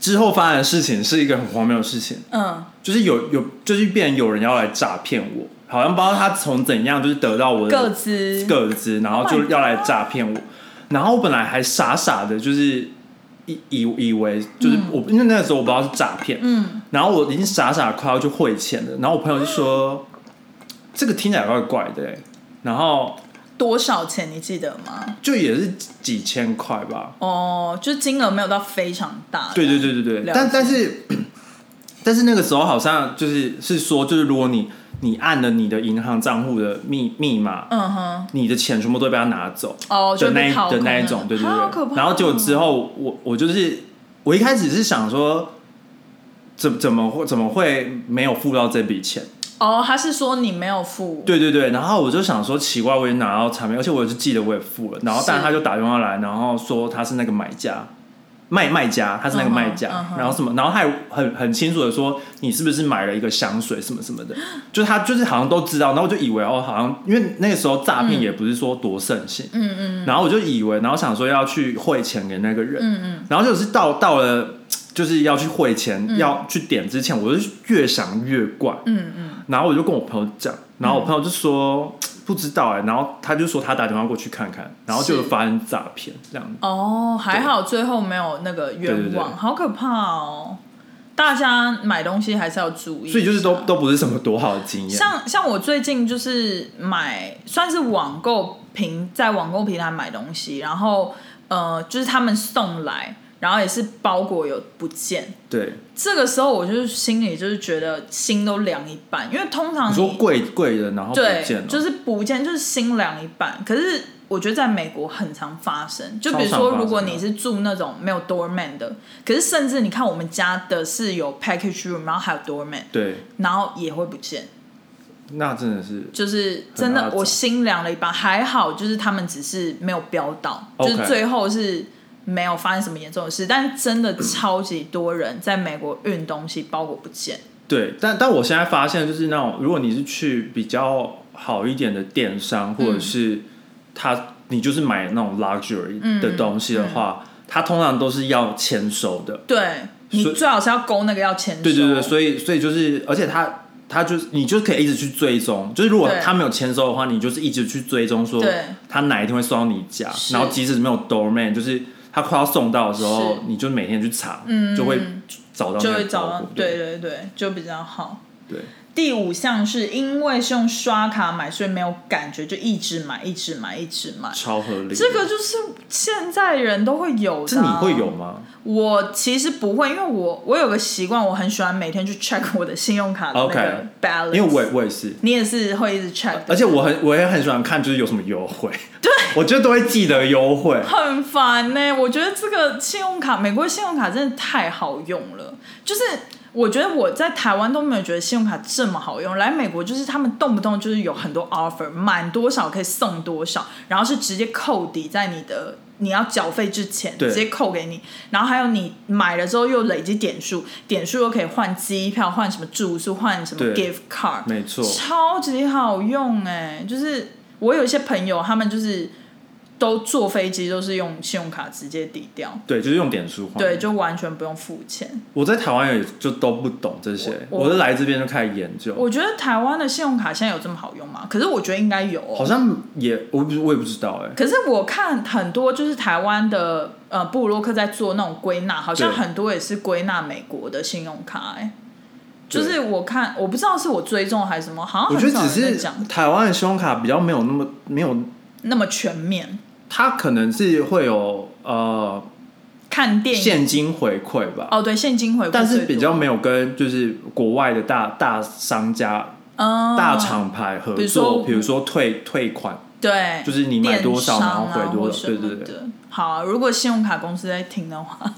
[SPEAKER 1] 之后发生的事情是一个很荒谬的事情，
[SPEAKER 2] 嗯
[SPEAKER 1] 就是有有就是变成有人要来诈骗我，好像不知道他从怎样就是得到我的
[SPEAKER 2] 各自
[SPEAKER 1] 个子，然后
[SPEAKER 2] Oh my
[SPEAKER 1] 就
[SPEAKER 2] God
[SPEAKER 1] 要来诈骗我。然后我本来还傻傻的，就是以以以为就是我，因为那个时候我不知道是诈骗，
[SPEAKER 2] 嗯，
[SPEAKER 1] 然后我已经傻傻快要去汇钱了。然后我朋友就说，这个听起来怪怪的、欸，然后
[SPEAKER 2] 多少钱你记得吗？
[SPEAKER 1] 就也是几千块吧，
[SPEAKER 2] 哦，就金额没有到非常大。
[SPEAKER 1] 对对，对对
[SPEAKER 2] 了
[SPEAKER 1] 对，但
[SPEAKER 2] 解
[SPEAKER 1] 但是 但是那个时候好像就是是说，就是如果你你按了你的银行账户的密密码，
[SPEAKER 2] 嗯哼，
[SPEAKER 1] 你的钱全部都被他拿走。
[SPEAKER 2] 哦，就
[SPEAKER 1] 的那
[SPEAKER 2] 被
[SPEAKER 1] 一
[SPEAKER 2] 掏
[SPEAKER 1] 的
[SPEAKER 2] 空了
[SPEAKER 1] 那一种，对对
[SPEAKER 2] 好可
[SPEAKER 1] 对。
[SPEAKER 2] 怕
[SPEAKER 1] 然后结果之
[SPEAKER 2] 哦，
[SPEAKER 1] 后，我我就是我一开始是想说，怎怎么会怎么会没有付到这笔钱？
[SPEAKER 2] 哦，他是说你没有付，
[SPEAKER 1] 对对对。然后我就想说奇怪，我也拿到产品，而且我也是记得我也付了。然后
[SPEAKER 2] 是
[SPEAKER 1] 但他就打电话来，然后说他是那个买家。卖卖家，他是那个
[SPEAKER 2] 嗯哼
[SPEAKER 1] 卖家
[SPEAKER 2] 嗯哼
[SPEAKER 1] 然后什么，然后他还很很清楚的说，你是不是买了一个香水什么什么的，就是他就是好像都知道，然后我就以为哦，好像因为那个时候诈骗也不是说多盛行，
[SPEAKER 2] 嗯嗯
[SPEAKER 1] 然后我就以为，然后想说要去汇钱给那个人，
[SPEAKER 2] 嗯嗯，
[SPEAKER 1] 然后就是到到了就是要去汇钱、要去点之前，我就越想越怪，
[SPEAKER 2] 嗯嗯，
[SPEAKER 1] 然后我就跟我朋友讲，然后我朋友就说、不知道哎、然后他就说他打电话过去看看，然后就是发现诈骗这样子，
[SPEAKER 2] 哦，还好最后没有那个
[SPEAKER 1] 对
[SPEAKER 2] 冤
[SPEAKER 1] 对对
[SPEAKER 2] 枉，好可怕哦！大家买东西还是要注意一下，
[SPEAKER 1] 所以就是都都不是什么多好的经验，
[SPEAKER 2] 像像我最近就是买，算是网购平在网购平台买东西，然后呃，就是他们送来，然后也是包裹有不见。
[SPEAKER 1] 对，
[SPEAKER 2] 这个时候我就是心里就是觉得心都凉一半，因为通常
[SPEAKER 1] 你
[SPEAKER 2] 你
[SPEAKER 1] 说贵贵人然后不
[SPEAKER 2] 对
[SPEAKER 1] 见了，哦
[SPEAKER 2] 就是不见就是心凉一半。可是我觉得在美国很常发生，就比如
[SPEAKER 1] 超常发
[SPEAKER 2] 说
[SPEAKER 1] 生的
[SPEAKER 2] 如果你是住那种没有 doorman 的，可是甚至你看我们家的是有 package room，然后还有 doorman，
[SPEAKER 1] 对，
[SPEAKER 2] 然后也会不见。
[SPEAKER 1] 那真的是
[SPEAKER 2] 就是真
[SPEAKER 1] 很
[SPEAKER 2] 的
[SPEAKER 1] 阿，杂
[SPEAKER 2] 我心凉了一半。还好，就是他们只是没有飙到
[SPEAKER 1] OK
[SPEAKER 2] 就是最后是没有发生什么严重的事。但真的超级多人在美国运东西包裹不见，
[SPEAKER 1] 对，但但我现在发现，就是那种如果你是去比较好一点的电商，或者
[SPEAKER 2] 嗯
[SPEAKER 1] 是他你就是买那种 luxury 的东西的
[SPEAKER 2] 嗯
[SPEAKER 1] 话，它通常都是要签收的。
[SPEAKER 2] 对你
[SPEAKER 1] 所以
[SPEAKER 2] 最好是要勾那个要签收。
[SPEAKER 1] 对对对，所以所以就是，而且它它就是你就可以一直去追踪，就是如果
[SPEAKER 2] 对
[SPEAKER 1] 他没有签收的话，你就是一直去追踪说
[SPEAKER 2] 对
[SPEAKER 1] 他哪一天会送到你家，
[SPEAKER 2] 是
[SPEAKER 1] 然后即使没有 doorman，就是他快要送到的时候
[SPEAKER 2] 是，
[SPEAKER 1] 你就每天去查，
[SPEAKER 2] 嗯
[SPEAKER 1] 就会找到那
[SPEAKER 2] 就
[SPEAKER 1] 个
[SPEAKER 2] 会找
[SPEAKER 1] 包
[SPEAKER 2] 到
[SPEAKER 1] 裹。，
[SPEAKER 2] 对对对，就比较好。
[SPEAKER 1] 对，
[SPEAKER 2] 第五项是因为是用刷卡买，所以没有感觉，就一直买，一直买，一直买。
[SPEAKER 1] 超合理。
[SPEAKER 2] 这个就是现在人都会有的、
[SPEAKER 1] 这
[SPEAKER 2] 啊。
[SPEAKER 1] 你会有？吗
[SPEAKER 2] 我其实不会，因为我我有个习惯，我很喜欢每天去 check 我的信用卡的那
[SPEAKER 1] OK，
[SPEAKER 2] 个 balance。
[SPEAKER 1] 因为我也我也是，
[SPEAKER 2] 你也是会一直 check，的
[SPEAKER 1] 而且我很我也很喜欢看，就是有什么优惠，对， 我觉得都会记得优惠。
[SPEAKER 2] 很烦呢、我觉得这个信用卡，美国信用卡真的太好用了。就是我觉得我在台湾都没有觉得信用卡这么好用，来美国就是他们动不动就是有很多 offer，满多少可以送多少，然后是直接扣抵在你的。你要缴费之前
[SPEAKER 1] 对
[SPEAKER 2] 直接扣给你，然后还有你买了之后又累积点数，点数又可以换机票、换什么住宿、换什么
[SPEAKER 1] 对
[SPEAKER 2] gift card，
[SPEAKER 1] 没错，
[SPEAKER 2] 超级好用哎、就是我有一些朋友，他们就是都坐飞机都是用信用卡直接抵掉，
[SPEAKER 1] 对，就是用点数换。
[SPEAKER 2] 对，，就完全不用付钱。
[SPEAKER 1] 我在台湾也就都不懂这些，
[SPEAKER 2] 我我
[SPEAKER 1] 我是来这边就开始研究，
[SPEAKER 2] 我觉得台湾的信用卡现在有这么好用吗？可是我觉得应该有、
[SPEAKER 1] 好
[SPEAKER 2] 哦。
[SPEAKER 1] 像也我不我也不知道哎、
[SPEAKER 2] 可是我看很多就是台湾的呃布鲁克在做那种归纳，好像
[SPEAKER 1] 对
[SPEAKER 2] 很多也是归纳美国的信用卡、哎，就
[SPEAKER 1] 对
[SPEAKER 2] 是我看我不知道是我追踪还是什么，好像
[SPEAKER 1] 我觉
[SPEAKER 2] 哦很
[SPEAKER 1] 得
[SPEAKER 2] 少
[SPEAKER 1] 只
[SPEAKER 2] 人在
[SPEAKER 1] 是
[SPEAKER 2] 讲
[SPEAKER 1] 台湾的信用卡比较没有那么没有，
[SPEAKER 2] 那么全面。
[SPEAKER 1] 它可能是会有呃
[SPEAKER 2] 看电影
[SPEAKER 1] 现金回馈吧，
[SPEAKER 2] 哦，对，现金回馈最多，
[SPEAKER 1] 但是比较没有跟就是国外的大大商家、
[SPEAKER 2] 嗯
[SPEAKER 1] 大厂牌合
[SPEAKER 2] 比如
[SPEAKER 1] 作，
[SPEAKER 2] 说
[SPEAKER 1] 比如说退退款，
[SPEAKER 2] 对，
[SPEAKER 1] 就是你买多少
[SPEAKER 2] 电
[SPEAKER 1] 然后
[SPEAKER 2] 商啊
[SPEAKER 1] 回多
[SPEAKER 2] 或
[SPEAKER 1] 少，
[SPEAKER 2] 什
[SPEAKER 1] 对
[SPEAKER 2] 么
[SPEAKER 1] 对对。
[SPEAKER 2] 的。好啊、如果信用卡公司在听的话，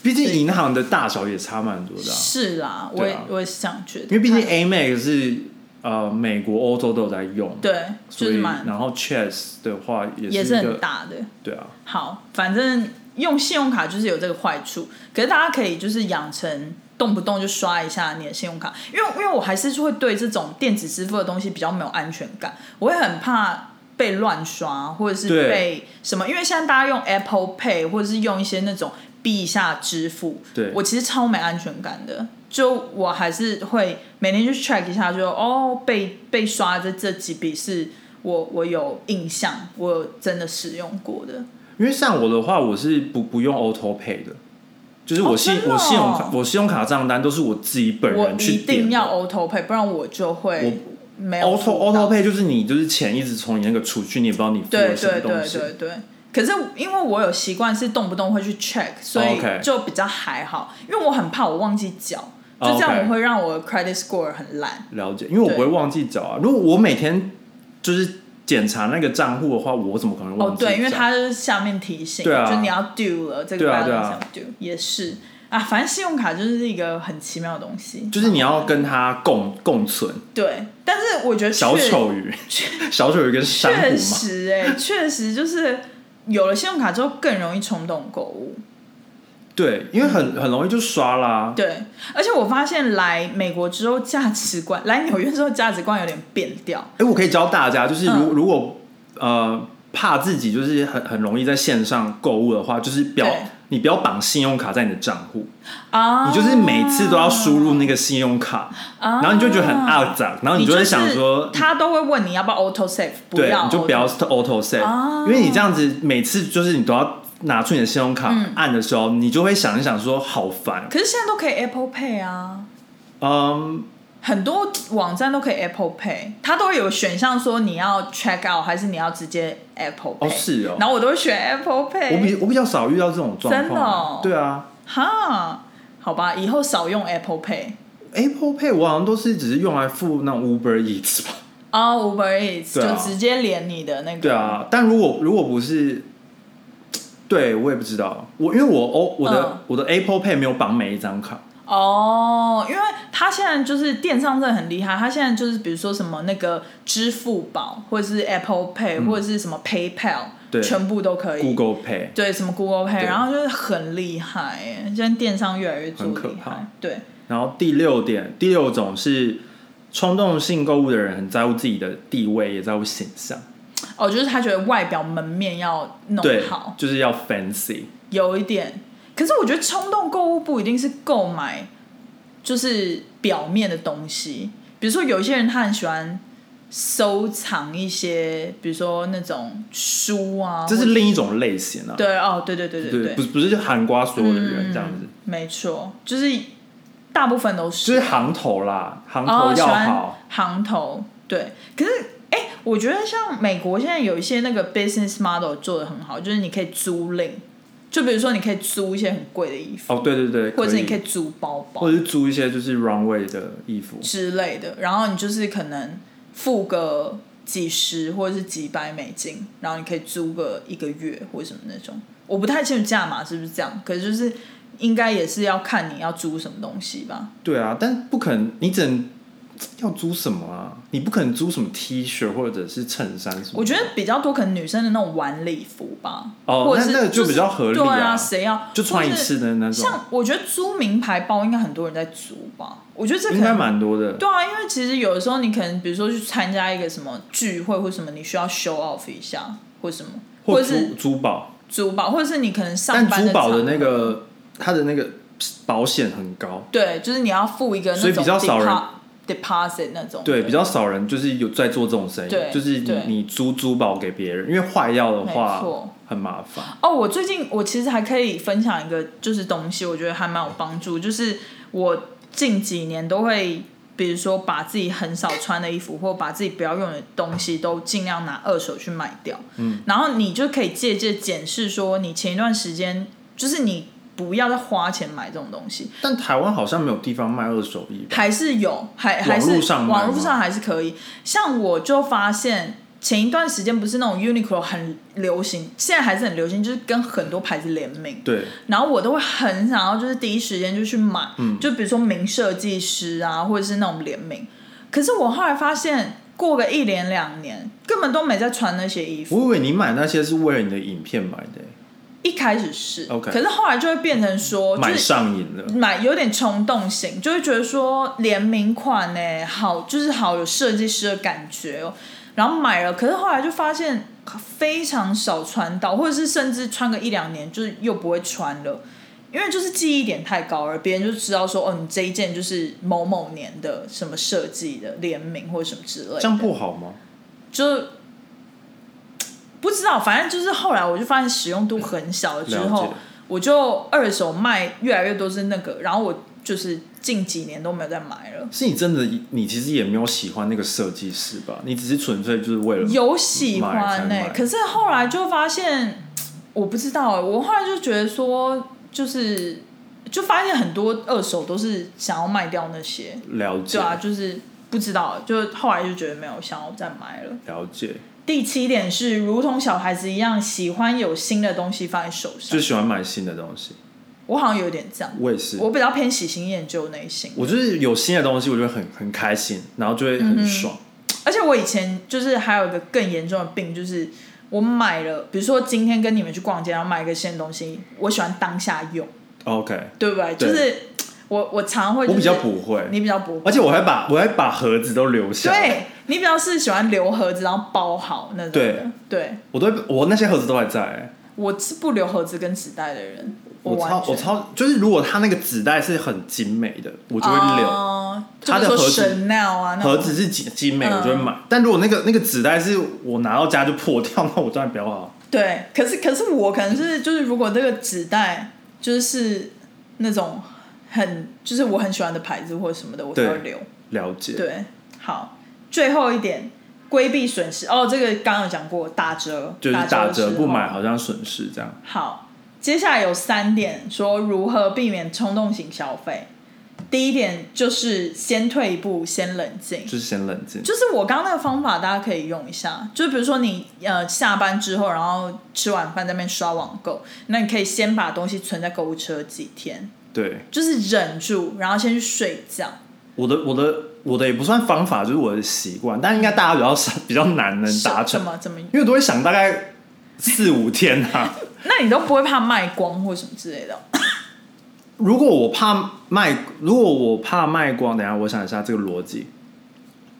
[SPEAKER 1] 毕竟银行的大小也差蛮多的啊、
[SPEAKER 2] 是啦，我
[SPEAKER 1] 对
[SPEAKER 2] 也、
[SPEAKER 1] 啊
[SPEAKER 2] 我也是这样觉得，
[SPEAKER 1] 因为毕竟
[SPEAKER 2] 看
[SPEAKER 1] Amex 是呃美国、欧洲都有在用，
[SPEAKER 2] 对，
[SPEAKER 1] 所
[SPEAKER 2] 就
[SPEAKER 1] 以
[SPEAKER 2] 是蛮
[SPEAKER 1] 然后 Chess 的话也
[SPEAKER 2] 也
[SPEAKER 1] 是一
[SPEAKER 2] 很
[SPEAKER 1] 个
[SPEAKER 2] 大的。
[SPEAKER 1] 对啊，
[SPEAKER 2] 好，反正用信用卡就是有这个坏处，可是大家可以就是养成动不动就刷一下你的信用卡，因为因为我还是会对这种电子支付的东西比较没有安全感，我会很怕。被乱刷，或者是
[SPEAKER 1] 对
[SPEAKER 2] 被什么？因为现在大家用 Apple Pay，或者是用一些那种地下支付，
[SPEAKER 1] 对
[SPEAKER 2] 我其实超没安全感的。就我还是会每天去 check 一下就，哦被被刷的这几笔是我我有印象，我有真的使用过的。
[SPEAKER 1] 因为像我的话，我是不不用 Auto Pay 的，就是我
[SPEAKER 2] 哦
[SPEAKER 1] 信、
[SPEAKER 2] 真的哦
[SPEAKER 1] 我信用卡我信用卡账单都是我自己本
[SPEAKER 2] 我
[SPEAKER 1] 人去
[SPEAKER 2] 一定
[SPEAKER 1] 点的。
[SPEAKER 2] 要 auto pay，不然我就会没有
[SPEAKER 1] Auto
[SPEAKER 2] 付到
[SPEAKER 1] Auto Pay 就是你就是钱一直从你那个储蓄，你也不知道你付
[SPEAKER 2] 对
[SPEAKER 1] 了什么
[SPEAKER 2] 对
[SPEAKER 1] 东
[SPEAKER 2] 对
[SPEAKER 1] 西。
[SPEAKER 2] 对对。可是因为我有习惯是动不动会去 check，所以
[SPEAKER 1] 哦 OK
[SPEAKER 2] 就比较还好。因为我很怕我忘记缴，就
[SPEAKER 1] 哦 OK
[SPEAKER 2] 这样我会让我的 credit score 很烂。
[SPEAKER 1] 了解，因为我不会忘记找啊。如果我每天就是检查那个账户的话，我怎么可能忘
[SPEAKER 2] 哦，
[SPEAKER 1] 记找？
[SPEAKER 2] 对，因为它就是下面提醒，
[SPEAKER 1] 对啊
[SPEAKER 2] 就你要 do 了，这个
[SPEAKER 1] 对啊
[SPEAKER 2] balance
[SPEAKER 1] 对啊
[SPEAKER 2] 要 do，也是啊，反正信用卡就是一个很奇妙的东西，
[SPEAKER 1] 就是你要跟它共共存。
[SPEAKER 2] 对，但是我觉得确
[SPEAKER 1] 小丑鱼，小丑鱼跟珊瑚
[SPEAKER 2] 确
[SPEAKER 1] 嘛，
[SPEAKER 2] 实、哎，确实就是有了信用卡之后更容易冲动购物，
[SPEAKER 1] 对，因为很很容易就刷啦。
[SPEAKER 2] 对，而且我发现来美国之后价值观，来纽约之后价值观有点变掉，
[SPEAKER 1] 哎、我可以教大家，就是如
[SPEAKER 2] 嗯
[SPEAKER 1] 如果呃怕自己就是很很容易在线上购物的话，就是不要
[SPEAKER 2] 对
[SPEAKER 1] 你不要绑信用卡在你的账户，
[SPEAKER 2] 啊，
[SPEAKER 1] 你就是每次都要输入那个信用卡，
[SPEAKER 2] 啊，
[SPEAKER 1] 然后你就觉得很肮脏，然后你就会想说
[SPEAKER 2] 是。他都会问你要不要 auto save，不
[SPEAKER 1] 对，
[SPEAKER 2] 要，
[SPEAKER 1] 你就不要 auto save，、
[SPEAKER 2] 啊
[SPEAKER 1] 因为你这样子每次就是你都要拿出你的信用卡、
[SPEAKER 2] 嗯
[SPEAKER 1] 按的时候，你就会想一想说好烦，
[SPEAKER 2] 可是现在都可以 Apple Pay 啊，
[SPEAKER 1] 嗯，
[SPEAKER 2] 很多网站都可以 Apple Pay，它都会有选项说你要 check out 还是你要直接 Apple Pay。
[SPEAKER 1] 哦是哦
[SPEAKER 2] 哎然后我都会选 Apple
[SPEAKER 1] 我
[SPEAKER 2] Pay。
[SPEAKER 1] 比我比较少遇到这种状况，
[SPEAKER 2] 真的哦
[SPEAKER 1] 对啊，
[SPEAKER 2] 哈，好吧，以后少用 Apple Pay。
[SPEAKER 1] Apple Pay 我好像都是只是用来付那种 Uber Eats 吧。
[SPEAKER 2] 啊、u b e r Eats、
[SPEAKER 1] 对啊
[SPEAKER 2] 就直接连你的那个。
[SPEAKER 1] 对。啊，但如果如果不是，对我也不知道。我因为我哦我的、
[SPEAKER 2] 嗯
[SPEAKER 1] 我的 Apple Pay 没有绑每一张卡，
[SPEAKER 2] 哦、因为它现在就是电商真的很厉害，它现在就是比如说什么那个支付宝，或者是 Apple Pay，、或者是什么 PayPal，
[SPEAKER 1] 嗯对
[SPEAKER 2] 全部都可以。
[SPEAKER 1] ，Google Pay
[SPEAKER 2] 对，什么 Google Pay，
[SPEAKER 1] 对
[SPEAKER 2] 然后就是很厉害耶，现在电商越来越做
[SPEAKER 1] 很可
[SPEAKER 2] 厉
[SPEAKER 1] 怕
[SPEAKER 2] 害。对，
[SPEAKER 1] 然后第六点，第六种是冲动性购物的人很在乎自己的地位，也在乎形象，
[SPEAKER 2] 哦，就是他觉得外表门面要弄
[SPEAKER 1] 对
[SPEAKER 2] 好，，
[SPEAKER 1] 就是要 fancy。
[SPEAKER 2] 有一点。可是我觉得冲动购物不一定是购买，就是表面的东西。比如说，有一些人他很喜欢收藏一些，比如说那种书啊，
[SPEAKER 1] 这是
[SPEAKER 2] 或者
[SPEAKER 1] 另一种类型啊。
[SPEAKER 2] 对哦，对对对
[SPEAKER 1] 对
[SPEAKER 2] 对
[SPEAKER 1] 不是不是就含瓜所有的人
[SPEAKER 2] 嗯
[SPEAKER 1] 这样子。
[SPEAKER 2] 没错，就是大部分都
[SPEAKER 1] 就是是行头啦，行
[SPEAKER 2] 哦
[SPEAKER 1] 头
[SPEAKER 2] 喜
[SPEAKER 1] 要
[SPEAKER 2] 欢
[SPEAKER 1] 好，
[SPEAKER 2] 行头，对。可是，哎、我觉得像美国现在有一些那个 business model 做的很好，就是你可以租赁，就比如说你可以租一些很贵的衣服，
[SPEAKER 1] 哦，对对对，
[SPEAKER 2] 或者是你可
[SPEAKER 1] 可
[SPEAKER 2] 以，租包包
[SPEAKER 1] 或者是租一些就是 runway 的衣服，
[SPEAKER 2] 之类的，然后你就是可能付个几十或者是几百美金，然后你可以租个一个月或什么那种。我不太清楚价码是不是这样，可是就是应该也是要看你要租什么东西吧。
[SPEAKER 1] 对啊，但不可能，你只能要租什么啊？你不可能租什么 T 恤或者是衬衫什么的。
[SPEAKER 2] 我觉得比较多可能女生的那种晚礼服吧，
[SPEAKER 1] 哦
[SPEAKER 2] 或者是
[SPEAKER 1] 那那个就比较合理啊
[SPEAKER 2] 就是对啊，谁要
[SPEAKER 1] 就穿一次？的那
[SPEAKER 2] 或是
[SPEAKER 1] 种，
[SPEAKER 2] 像我觉得租名牌包，应该很多人在租吧。我觉得这可
[SPEAKER 1] 应该
[SPEAKER 2] 能
[SPEAKER 1] 蛮多的。
[SPEAKER 2] 对啊，因为其实有的时候你可能比如说去参加一个什么聚会或什么，你需要 show off 一下或什么，或
[SPEAKER 1] 或
[SPEAKER 2] 者是
[SPEAKER 1] 珠珠宝，
[SPEAKER 2] 珠宝，或者是你可能上
[SPEAKER 1] 但
[SPEAKER 2] 班
[SPEAKER 1] 珠宝的
[SPEAKER 2] 场合
[SPEAKER 1] 那个它的那个保险很高，
[SPEAKER 2] 对，就是你要付一个那种
[SPEAKER 1] 所以比较少人
[SPEAKER 2] depo- deposit 那种，
[SPEAKER 1] 对，比较少人就是有在做这种生意
[SPEAKER 2] 对，
[SPEAKER 1] 就是你
[SPEAKER 2] 对
[SPEAKER 1] 你租珠宝给别人，因为坏掉的
[SPEAKER 2] 没
[SPEAKER 1] 话
[SPEAKER 2] 错
[SPEAKER 1] 很麻烦。
[SPEAKER 2] 哦，我最近我其实还可以分享一个就是东西，我觉得还蛮有帮助，就是我近几年都会。比如说，把自己很少穿的衣服，或把自己不要用的东西，都尽量拿二手去卖掉。嗯，然后你就可以借鉴检视，说你前一段时间就是你不要再花钱买这种东西，
[SPEAKER 1] 但台湾好像没有地方卖二手衣吧，
[SPEAKER 2] 还是有，还还是
[SPEAKER 1] 网络上卖吗
[SPEAKER 2] 网络上还是可以。像我就发现前一段时间不是那种 Uniqlo 很流行，现在还是很流行，就是跟很多牌子联名。
[SPEAKER 1] 对，
[SPEAKER 2] 然后我都会很想要，就是第一时间就去买，
[SPEAKER 1] 嗯
[SPEAKER 2] 就比如说名设计师啊，或者是那种联名。可是我后来发现，过个一年两年，根本都没在穿那些衣服。
[SPEAKER 1] 我以为你买那些是为了你的影片买的、
[SPEAKER 2] 一开始是
[SPEAKER 1] OK
[SPEAKER 2] 可是后来就会变成说，就
[SPEAKER 1] 买
[SPEAKER 2] 是
[SPEAKER 1] 上瘾了。
[SPEAKER 2] 买有点冲动型，就会觉得说联名款呢、好就是好有设计师的感觉哦。然后买了，可是后来就发现非常少穿到，或者是甚至穿个一两年就是又不会穿了，因为就是记忆点太高了，别人就知道说哦，你这一件就是某某年的什么设计的联名或者什么之类的
[SPEAKER 1] 这样不好吗？
[SPEAKER 2] 就不知道，反正就是后来我就发现使用度很小了之
[SPEAKER 1] 了
[SPEAKER 2] 后
[SPEAKER 1] 解，
[SPEAKER 2] 我就二手卖越来越多是那个，然后我就是近几年都没有再买了。
[SPEAKER 1] 是你真的，你其实也没有喜欢那个设计师吧？你只是纯粹就是为了
[SPEAKER 2] 有喜
[SPEAKER 1] 买才
[SPEAKER 2] 欢呢、欸
[SPEAKER 1] 买
[SPEAKER 2] 可是后来就发现，我不知道、欸，我后来就觉得说，就是就发现很多二手都是想要卖掉那些，
[SPEAKER 1] 了解，
[SPEAKER 2] 对啊，就是不知道，就后来就觉得没有想要再买了。
[SPEAKER 1] 了解，
[SPEAKER 2] 第七点是，如同小孩子一样，喜欢有新的东西放在手上
[SPEAKER 1] 就。喜欢买新的东西。
[SPEAKER 2] 我好像有点这样，
[SPEAKER 1] 我也是，
[SPEAKER 2] 我比较偏喜新厌旧那一型。
[SPEAKER 1] 我就是有新的东西，我就会很很开心，然后就会很爽。
[SPEAKER 2] 而且我以前就是还有一个更严重的病，就是我买了，比如说今天跟你们去逛街，然后买一个新的东西，我喜欢当下用，
[SPEAKER 1] OK，
[SPEAKER 2] 对不对？
[SPEAKER 1] 对
[SPEAKER 2] 就是我我常会、
[SPEAKER 1] 我
[SPEAKER 2] 就是，
[SPEAKER 1] 比较不会，
[SPEAKER 2] 你比较不会，
[SPEAKER 1] 而且我还把我还把盒子都留下，，
[SPEAKER 2] 对你比较是喜欢留盒子，然后包好那种的。对，
[SPEAKER 1] 我都会我那些盒子都还在、欸
[SPEAKER 2] 我是不留盒子跟纸袋的人，
[SPEAKER 1] 我
[SPEAKER 2] 完
[SPEAKER 1] 超
[SPEAKER 2] 全
[SPEAKER 1] 我超就是如果它那个纸袋是很精美的，我就会留。
[SPEAKER 2] 哦就
[SPEAKER 1] 它
[SPEAKER 2] 比
[SPEAKER 1] 的
[SPEAKER 2] 如说
[SPEAKER 1] 盒子
[SPEAKER 2] Chanel 啊，那种
[SPEAKER 1] 盒子是精精美，
[SPEAKER 2] 嗯
[SPEAKER 1] 我就会买。但如果那个那个纸袋是我拿到家就破掉，那我当然不要啊。
[SPEAKER 2] 对，可是可是我可能是就是如果这个纸袋就是那种很就是我很喜欢的牌子或者什么的，我才会
[SPEAKER 1] 对
[SPEAKER 2] 留。
[SPEAKER 1] 了解，
[SPEAKER 2] 对，好，最后一点，规避损失。哦，这个刚刚有讲过，打折，
[SPEAKER 1] 就是打折
[SPEAKER 2] 之
[SPEAKER 1] 不
[SPEAKER 2] 后
[SPEAKER 1] 买好像损失这样。
[SPEAKER 2] 好，接下来有三点说如何避免冲动型消费。第一点就是先退一步，先冷静。
[SPEAKER 1] 就是先冷静，
[SPEAKER 2] 就是我刚刚那个方法，大家可以用一下。就比如说你呃下班之后，然后吃完饭在那边刷网购，那你可以先把东西存在购物车几天，
[SPEAKER 1] 对
[SPEAKER 2] 就是忍住，然后先去睡觉。
[SPEAKER 1] 我的我的我的也不算方法，就是我的习惯，但应该大家比较 比较难能达
[SPEAKER 2] 什
[SPEAKER 1] 成，
[SPEAKER 2] 么怎么？
[SPEAKER 1] 因为我都会想大概四五天啊。
[SPEAKER 2] 那你都不会怕卖光或什么之类的？
[SPEAKER 1] 如果我怕卖，如果我怕卖光，等一下我想一下这个逻辑。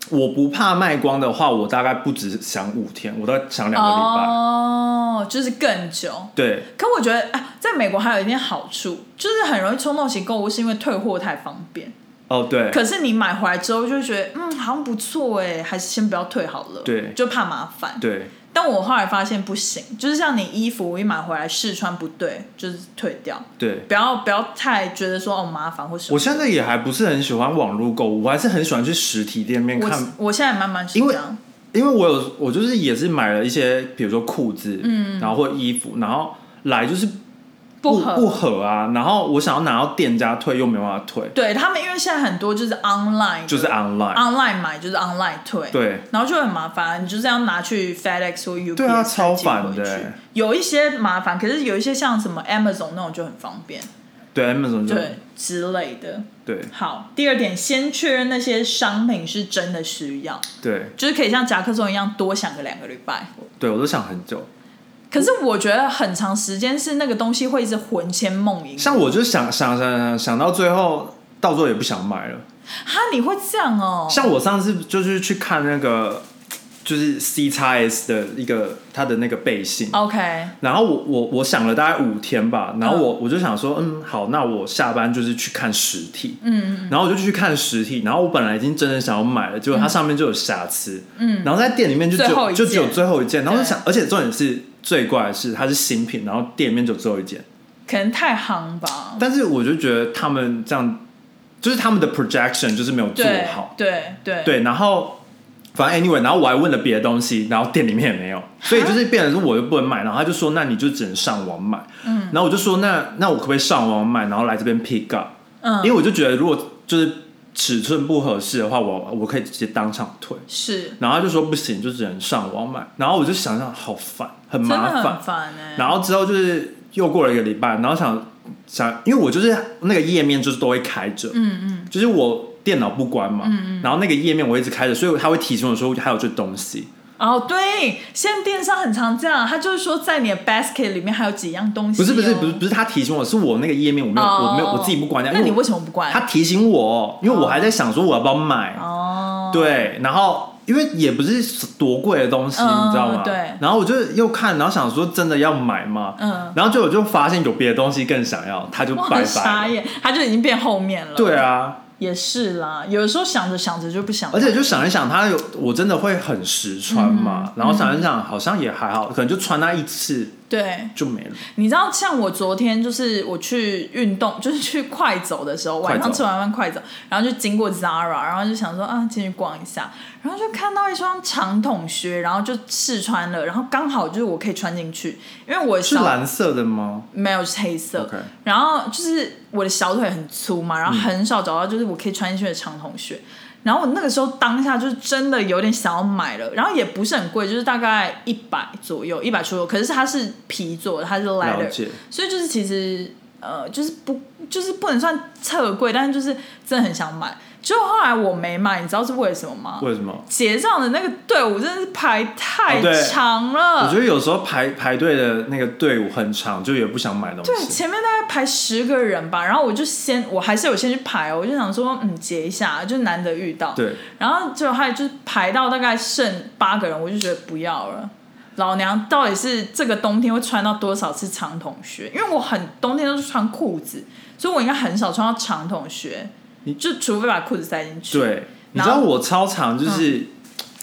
[SPEAKER 1] 我不怕卖光的话，我大概不止想五天，我大概想两个礼拜。
[SPEAKER 2] 哦，就是更久。
[SPEAKER 1] 对，
[SPEAKER 2] 可我觉得啊，在美国还有一点好处，就是很容易冲动型购物，是因为退货太方便。
[SPEAKER 1] 哦对，
[SPEAKER 2] 可是你买欸回来之后就觉得，嗯，好像不错哎，还是先不要退好了。
[SPEAKER 1] 对
[SPEAKER 2] 就怕麻烦。
[SPEAKER 1] 对，
[SPEAKER 2] 但我后来发现不行，就是像你衣服我一买回来试穿不对，就是退掉，
[SPEAKER 1] 对，
[SPEAKER 2] 不要不要太觉得说哦麻烦或什
[SPEAKER 1] 我
[SPEAKER 2] 么。
[SPEAKER 1] 现在也还不是很喜欢网络购物，我还是很喜欢去实体店面
[SPEAKER 2] 我
[SPEAKER 1] 看
[SPEAKER 2] 我现在慢慢是
[SPEAKER 1] 因为
[SPEAKER 2] 这样，
[SPEAKER 1] 因为我有我就是也是买了一些，比如说裤子，嗯，然后或衣服，然后来就是
[SPEAKER 2] 不合
[SPEAKER 1] 不合啊，然后我想要拿到店家退又没办法退，
[SPEAKER 2] 对他们，因为现在很多就是 online，
[SPEAKER 1] 就是 online，、
[SPEAKER 2] online 买就是 online 退，
[SPEAKER 1] 对，
[SPEAKER 2] 然后就很麻烦，你就是要拿去 FedEx 或 UPS
[SPEAKER 1] 对啊
[SPEAKER 2] 再
[SPEAKER 1] 超
[SPEAKER 2] 寄
[SPEAKER 1] 烦
[SPEAKER 2] 回
[SPEAKER 1] 的
[SPEAKER 2] 去
[SPEAKER 1] 欸
[SPEAKER 2] 有一些麻烦，可是有一些像什么 Amazon 那种就很方便，
[SPEAKER 1] 对 Amazon 就
[SPEAKER 2] 对之类的。
[SPEAKER 1] 对
[SPEAKER 2] 好，第二点，先确认那些商品是真的需要，
[SPEAKER 1] 对
[SPEAKER 2] 就是可以像夹克松一样多想个两个礼拜。
[SPEAKER 1] 对，我都想很久，
[SPEAKER 2] 可是我觉得很长时间是那个东西会一直魂牵梦萦，
[SPEAKER 1] 像我就想想想想想到最后，到最后也不想买了。
[SPEAKER 2] 哈，你会这样哦？
[SPEAKER 1] 像我上次就是去看那个就是 C x S 的一个它的那个背心，
[SPEAKER 2] OK，
[SPEAKER 1] 然后我我我想了大概五天吧，然后我、我就想说，嗯，好，那我下班就是去看实体，嗯嗯，然后我就去看实体，然后我本来已经真的想要买了，结果它上面就有瑕疵，嗯，然后在店里面就只
[SPEAKER 2] 最后
[SPEAKER 1] 有
[SPEAKER 2] 一
[SPEAKER 1] 就只有
[SPEAKER 2] 件
[SPEAKER 1] 最后一件，然后我就想
[SPEAKER 2] 对，
[SPEAKER 1] 而且重点是最怪的是它是新品，然后店里面就只有一件，
[SPEAKER 2] 可能太夯吧。
[SPEAKER 1] 但是我就觉得他们这样，就是他们的 projection 就是没有做
[SPEAKER 2] 对
[SPEAKER 1] 好，
[SPEAKER 2] 对对
[SPEAKER 1] 对，然后反正 anyway，然后我还问了别的东西，然后店里面也没
[SPEAKER 2] 啊
[SPEAKER 1] 有，所以就是变成是我又不能买，然后他就说那你就只能上网买，嗯，然后我就说那那我可不可以上网买，然后来这边 pick up？
[SPEAKER 2] 嗯
[SPEAKER 1] 因为我就觉得如果就是尺寸不合适的话，我我可以直接当场退，
[SPEAKER 2] 是
[SPEAKER 1] 然后他就说不行，就只能上网买，然后我就想想好烦，很
[SPEAKER 2] 真的
[SPEAKER 1] 麻烦
[SPEAKER 2] 很，烦哎、
[SPEAKER 1] 然后之后就是又过了一个礼拜，然后想想，因为我就是那个页面就是都会开着，嗯嗯，就是我电脑不关嘛，嗯嗯，然后那个页面我一直开着，所以它会提醒我说还有这东西，
[SPEAKER 2] 哦，对，现在电商很常这样，他就是说在你的 basket 里面还有几样东西、
[SPEAKER 1] 不
[SPEAKER 2] 哦。
[SPEAKER 1] 是不是不是不是他提醒我，是我那个页面我没有、
[SPEAKER 2] 哦
[SPEAKER 1] 我没有我自己不关掉，
[SPEAKER 2] 那你
[SPEAKER 1] 因为
[SPEAKER 2] 为什么不
[SPEAKER 1] 我
[SPEAKER 2] 关？
[SPEAKER 1] 他提醒我，因为我还在想说我要不要买，
[SPEAKER 2] 哦，
[SPEAKER 1] 对，然后。因为也不是多贵的东西，
[SPEAKER 2] 嗯
[SPEAKER 1] 你知道吗？
[SPEAKER 2] 对
[SPEAKER 1] 然后我就又看，然后想说真的要买吗？
[SPEAKER 2] 嗯，
[SPEAKER 1] 然后就我就发现有别的东西更想要，他就
[SPEAKER 2] 我
[SPEAKER 1] 拜拜
[SPEAKER 2] 很傻
[SPEAKER 1] 了。
[SPEAKER 2] 眼，他就已经变后面了。
[SPEAKER 1] 对，啊，
[SPEAKER 2] 也是啦，有的时候想着想着就不想了，
[SPEAKER 1] 而且就想一想，他有我真的会很实穿
[SPEAKER 2] 嗯
[SPEAKER 1] 嘛，然后想一想，好像也还好，可能就穿那一次
[SPEAKER 2] 对，
[SPEAKER 1] 就没了。
[SPEAKER 2] 你知道，像我昨天就是我去运动，就是去快走的时候，
[SPEAKER 1] 快走
[SPEAKER 2] 晚上吃完饭快走，然后就经过 Zara，然后就想说啊进去逛一下，然后就看到一双长筒靴，然后就试穿了，然后刚好就是我可以穿进去，因为我
[SPEAKER 1] 是
[SPEAKER 2] 小
[SPEAKER 1] 蓝色的吗？
[SPEAKER 2] 没有是黑色
[SPEAKER 1] OK
[SPEAKER 2] 然后就是我的小腿很粗嘛，然后很少找到就是我可以穿进去的长筒靴。然后我那个时候当下就是真的有点想要买了，然后也不是很贵，就是大概一百左右，一百出头。可是它是皮做的，它是
[SPEAKER 1] 了
[SPEAKER 2] leather，
[SPEAKER 1] 解，
[SPEAKER 2] 所以就是其实呃，就是不就是不能算特贵，但是就是真的很想买。结果后来我没买，你知道是为什么吗？
[SPEAKER 1] 为什么？
[SPEAKER 2] 结账的那个队伍真的是排太
[SPEAKER 1] 哦对
[SPEAKER 2] 长了，
[SPEAKER 1] 我觉得有时候排排队的那个队伍很长，就也不想买东
[SPEAKER 2] 对，
[SPEAKER 1] 西。
[SPEAKER 2] 前面大概排十个人吧，然后我就先，我还是有先去排哦，我就想说，嗯，截一下，就难得遇到。
[SPEAKER 1] 对，
[SPEAKER 2] 然后就还有就是排到大概剩八个人，我就觉得不要了。老娘到底是这个冬天会穿到多少次长筒靴？因为我很冬天都是穿裤子，所以我应该很少穿到长筒靴，就除非把裤子塞进去。
[SPEAKER 1] 对，你
[SPEAKER 2] 然
[SPEAKER 1] 知
[SPEAKER 2] 后嗯
[SPEAKER 1] 道我超常就是、